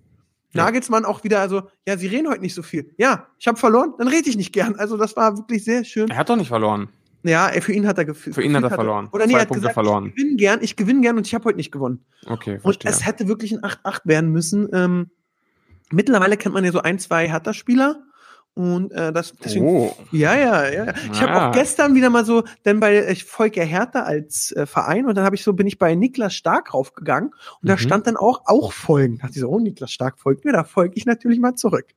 Speaker 3: Ja.
Speaker 2: Nagelsmann auch wieder, also, ja, sie reden heute nicht so viel. Ja, ich habe verloren, dann rede ich nicht gern. Also, das war wirklich sehr schön.
Speaker 3: Er hat doch nicht verloren.
Speaker 2: Ja, ey, für ihn hat er gefühlt.
Speaker 3: Für ihn hat er verloren.
Speaker 2: Oder nee,
Speaker 3: Zwei
Speaker 2: er hat
Speaker 3: Punkte
Speaker 2: gesagt,
Speaker 3: verloren.
Speaker 2: ich gewinne gern, ich gewinne gern und ich habe heute nicht gewonnen.
Speaker 3: Okay,
Speaker 2: Und
Speaker 3: verstehe.
Speaker 2: es hätte wirklich ein 8-8 werden müssen. Ähm, mittlerweile kennt man ja so ein, zwei Hertha-Spieler. Und äh, das deswegen.
Speaker 3: oh.
Speaker 2: Ja, ja, ja. ja. Ich habe
Speaker 3: Ah.
Speaker 2: auch gestern wieder mal so, denn bei ich folge ja Hertha als äh, Verein und dann habe ich so, bin ich bei Niklas Stark raufgegangen und da
Speaker 3: Mhm.
Speaker 2: stand dann auch auch folgen. Dachte ich so, oh, Niklas Stark folgt mir, da folge ich natürlich mal zurück.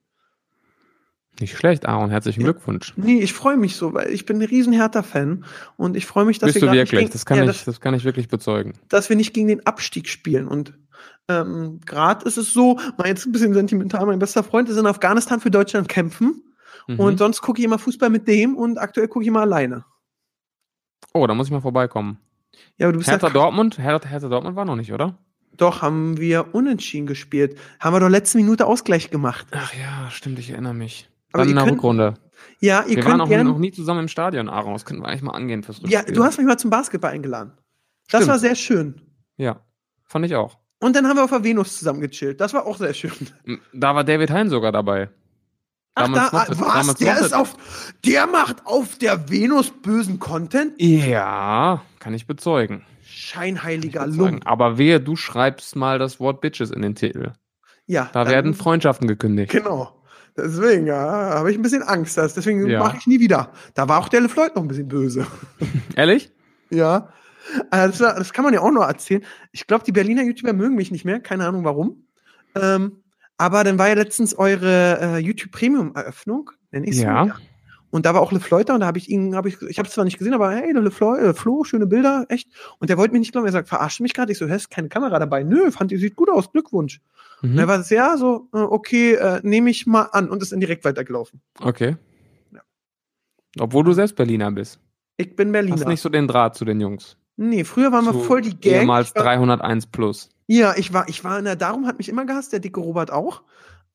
Speaker 3: Nicht schlecht, Aaron. Herzlichen Glückwunsch.
Speaker 2: Nee, ich freue mich so, weil ich bin ein riesen Hertha-Fan und ich freue mich, dass
Speaker 3: Bist
Speaker 2: wir
Speaker 3: du
Speaker 2: grad nicht
Speaker 3: wirklich?
Speaker 2: gegen-
Speaker 3: Das kann,
Speaker 2: ja,
Speaker 3: ich, das kann ich wirklich bezeugen.
Speaker 2: dass wir nicht gegen den Abstieg spielen. Und ähm, gerade ist es so, mal jetzt ein bisschen sentimental, mein bester Freund ist in Afghanistan für Deutschland kämpfen.
Speaker 3: Mhm.
Speaker 2: Und sonst gucke ich immer Fußball mit dem und aktuell gucke ich immer alleine.
Speaker 3: oh, da muss ich mal vorbeikommen.
Speaker 2: Ja, aber du bist
Speaker 3: Hertha
Speaker 2: ja
Speaker 3: Dortmund? Hertha, Hertha Dortmund war noch nicht, oder?
Speaker 2: doch, haben wir unentschieden gespielt. Haben wir doch letzte Minute Ausgleich gemacht.
Speaker 3: Ach ja, stimmt, ich erinnere mich.
Speaker 2: Aber
Speaker 3: Dann
Speaker 2: ihr
Speaker 3: in der
Speaker 2: könnt-
Speaker 3: Rückrunde.
Speaker 2: Ja, ihr
Speaker 3: Wir waren
Speaker 2: könnt
Speaker 3: auch noch
Speaker 2: gerne.
Speaker 3: nie zusammen im Stadion, Aaron. Das könnten wir eigentlich mal angehen fürs
Speaker 2: Ja,
Speaker 3: Rückspiel.
Speaker 2: du hast mich mal zum Basketball eingeladen. Das
Speaker 3: Stimmt.
Speaker 2: war sehr schön.
Speaker 3: Ja, fand ich auch.
Speaker 2: Und dann haben wir auf der Venus zusammen gechillt. Das war auch sehr schön.
Speaker 3: Da war David Hein sogar dabei.
Speaker 2: Ach, da,
Speaker 3: Damals noch das-
Speaker 2: was?
Speaker 3: damals
Speaker 2: der
Speaker 3: noch
Speaker 2: ist
Speaker 3: das-
Speaker 2: auf, der macht auf der Venus bösen Content?
Speaker 3: Ja, kann ich bezeugen.
Speaker 2: Scheinheiliger
Speaker 3: Kann ich
Speaker 2: Lump.
Speaker 3: bezeugen. Aber wehe, du schreibst mal das Wort Bitches in den Titel.
Speaker 2: Ja.
Speaker 3: Da
Speaker 2: dann-
Speaker 3: werden Freundschaften gekündigt.
Speaker 2: Genau. Deswegen ja, habe ich ein bisschen Angst. dass- Deswegen
Speaker 3: Ja.
Speaker 2: mache ich nie wieder. Da war auch der Floyd noch ein bisschen böse.
Speaker 3: Ehrlich?
Speaker 2: ja. Also das, war- das kann man ja auch noch erzählen. Ich glaube, die Berliner YouTuber mögen mich nicht mehr. Keine Ahnung warum. Ähm, aber dann war ja letztens eure äh, YouTube Premium Eröffnung, nenn ich
Speaker 3: Ja.
Speaker 2: Und da war auch LeFleuter und da habe ich ihn, habe ich, ich habe es zwar nicht gesehen, aber hey, LeFleu, äh, Flo, schöne Bilder, echt. Und der wollte mir nicht glauben, er sagt, verarscht mich gerade. Ich so, hä, ist keine Kamera dabei. Nö, fand die sieht gut aus, Glückwunsch. Und
Speaker 3: Mhm.
Speaker 2: dann war das, ja, so, äh, okay, äh, nehme ich mal an und ist dann direkt weitergelaufen.
Speaker 3: Okay. Obwohl du selbst Berliner bist.
Speaker 2: Ich bin
Speaker 3: Hast
Speaker 2: Berliner.
Speaker 3: nicht so den Draht zu den Jungs.
Speaker 2: nee, früher waren wir
Speaker 3: Zu
Speaker 2: voll die Gang.
Speaker 3: Ehemals
Speaker 2: Ich war,
Speaker 3: 301 plus.
Speaker 2: ja, ich war, ich war in der Darum, hat mich immer gehasst, der dicke Robert auch.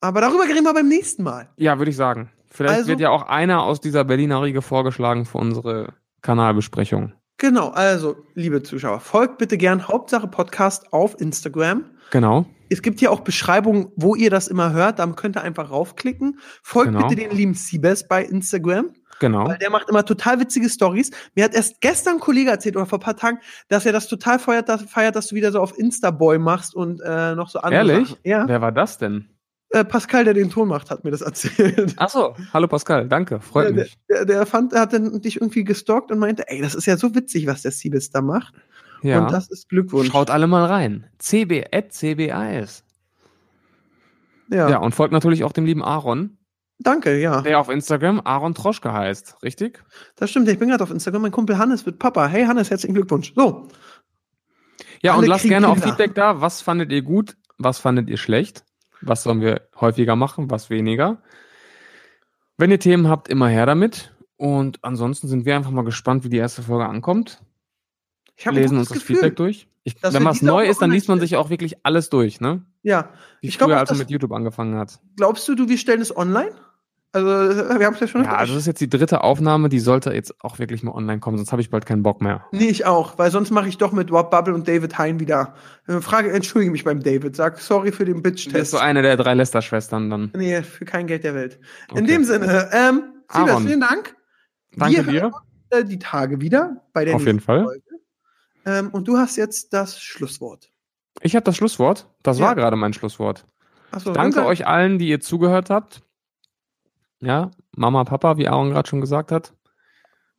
Speaker 2: Aber darüber reden wir beim nächsten Mal.
Speaker 3: Ja, würde ich sagen. Vielleicht
Speaker 2: Also-
Speaker 3: wird ja auch einer aus dieser Berliner Riege vorgeschlagen für unsere Kanalbesprechung.
Speaker 2: Genau, also, liebe Zuschauer, folgt bitte gern Hauptsache Podcast auf Instagram.
Speaker 3: Genau.
Speaker 2: Es gibt hier auch Beschreibungen, wo ihr das immer hört. Da könnt ihr einfach raufklicken. Folgt
Speaker 3: Genau.
Speaker 2: bitte den lieben Siebes bei Instagram.
Speaker 3: Genau.
Speaker 2: Weil der macht immer total witzige Stories. Mir hat erst gestern ein Kollege erzählt oder vor ein paar Tagen, dass er das total feiert, dass, feiert, dass du wieder so auf Instaboy machst und äh, noch so andere.
Speaker 3: Ehrlich?
Speaker 2: Sachen. Ja.
Speaker 3: Wer war das denn?
Speaker 2: Äh, Pascal, der den Ton macht, hat mir das erzählt.
Speaker 3: Achso, hallo Pascal, danke, freut
Speaker 2: der,
Speaker 3: mich.
Speaker 2: der, der fand, hat dann dich irgendwie gestalkt und meinte, ey, das ist ja so witzig, was der Siebes da macht.
Speaker 3: Ja.
Speaker 2: Und das ist Glückwunsch.
Speaker 3: Schaut alle mal rein. CB, at CBAS. Ja. und folgt natürlich auch dem lieben Aaron,
Speaker 2: Danke, ja.
Speaker 3: der auf Instagram Aaron Troschke heißt, richtig?
Speaker 2: Das stimmt, ich bin gerade auf Instagram. Mein Kumpel Hannes wird Papa. Hey Hannes, herzlichen Glückwunsch. So,
Speaker 3: Ja,
Speaker 2: Alle
Speaker 3: und lasst
Speaker 2: kriegen
Speaker 3: gerne auch
Speaker 2: Kinder.
Speaker 3: Feedback da. Was fandet ihr gut? Was fandet ihr schlecht? Was sollen wir häufiger machen? Was weniger? Wenn ihr Themen habt, immer her damit. Und ansonsten sind wir einfach mal gespannt, wie die erste Folge ankommt.
Speaker 2: ich
Speaker 3: Wir
Speaker 2: hab ein
Speaker 3: lesen uns
Speaker 2: gutes
Speaker 3: das Feedback durch. Ich,
Speaker 2: dass
Speaker 3: wenn
Speaker 2: wir
Speaker 3: was
Speaker 2: diese
Speaker 3: neu
Speaker 2: auch
Speaker 3: ist, dann
Speaker 2: online
Speaker 3: liest man
Speaker 2: stellen.
Speaker 3: sich auch wirklich alles durch, ne?
Speaker 2: Ja,
Speaker 3: Wie
Speaker 2: Ich glaub
Speaker 3: früher,
Speaker 2: auch,
Speaker 3: als man
Speaker 2: dass-
Speaker 3: mit YouTube angefangen hat.
Speaker 2: glaubst du, du, wir stellen es online? Also, äh, wir haben es ja schon.
Speaker 3: Ja, also das ist jetzt die dritte Aufnahme, die sollte jetzt auch wirklich mal online kommen, sonst habe ich bald keinen Bock mehr.
Speaker 2: nee, ich auch, weil sonst mache ich doch mit Rob Bubble und David Hein wieder. Äh, Frage, entschuldige mich beim David, sag sorry für den
Speaker 3: Du bist
Speaker 2: Bitch-Test.
Speaker 3: so eine der drei Lester-Schwestern dann.
Speaker 2: Nee, für kein Geld der Welt.
Speaker 3: Okay.
Speaker 2: In dem Sinne, ähm, Siebes,
Speaker 3: Aaron.
Speaker 2: vielen Dank.
Speaker 3: Danke
Speaker 2: wir
Speaker 3: dir.
Speaker 2: Äh, die Tage wieder bei der
Speaker 3: Auf jeden
Speaker 2: nächsten
Speaker 3: Fall.
Speaker 2: Folge. Ähm, und du hast jetzt das Schlusswort.
Speaker 3: Ich habe das Schlusswort. Das
Speaker 2: Ja.
Speaker 3: war gerade mein Schlusswort.
Speaker 2: Achso,
Speaker 3: Danke euch allen, die ihr zugehört habt. Ja, Mama, Papa, wie Aaron gerade schon gesagt hat.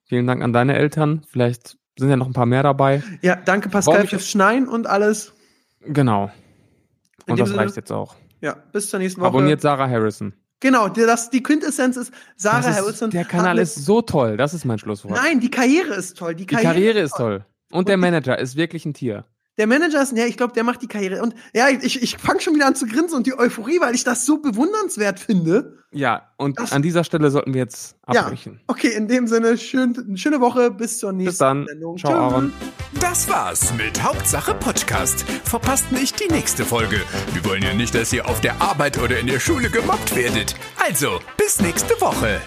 Speaker 3: Vielen Dank an deine Eltern. Vielleicht sind ja noch ein paar mehr dabei.
Speaker 2: Ja, danke Pascal
Speaker 3: Warum-
Speaker 2: fürs Schneiden und alles.
Speaker 3: Genau.
Speaker 2: In dem
Speaker 3: Und das
Speaker 2: Sinne-
Speaker 3: reicht jetzt auch.
Speaker 2: Ja, bis zur nächsten Woche.
Speaker 3: Abonniert Sarah Harrison.
Speaker 2: Genau, die- das, die Quintessenz ist, Sarah
Speaker 3: Das ist,
Speaker 2: Harrison.
Speaker 3: Der
Speaker 2: hat
Speaker 3: Kanal
Speaker 2: mit-
Speaker 3: ist so toll. Das ist mein Schlusswort.
Speaker 2: Nein, die Karriere ist toll. Die
Speaker 3: Die
Speaker 2: Karriere,
Speaker 3: Karriere ist toll. Und der Manager ist wirklich ein Tier.
Speaker 2: Der Manager ist, ja, ich glaube, der macht die Karriere. Und ja, ich, ich fange schon wieder an zu grinsen und die Euphorie, weil ich das so bewundernswert finde.
Speaker 3: Ja, und
Speaker 2: Das-
Speaker 3: an dieser Stelle sollten wir jetzt
Speaker 2: Ja.
Speaker 3: abbrechen.
Speaker 2: Okay, in dem Sinne, schön, schöne Woche. Bis zur nächsten
Speaker 3: Bis dann.
Speaker 2: Sendung.
Speaker 3: Ciao,
Speaker 2: Tschö.
Speaker 3: Aaron.
Speaker 1: Das war's mit Hauptsache Podcast. Verpasst nicht die nächste Folge. Wir wollen ja nicht, dass ihr auf der Arbeit oder in der Schule gemobbt werdet. Also, bis nächste Woche.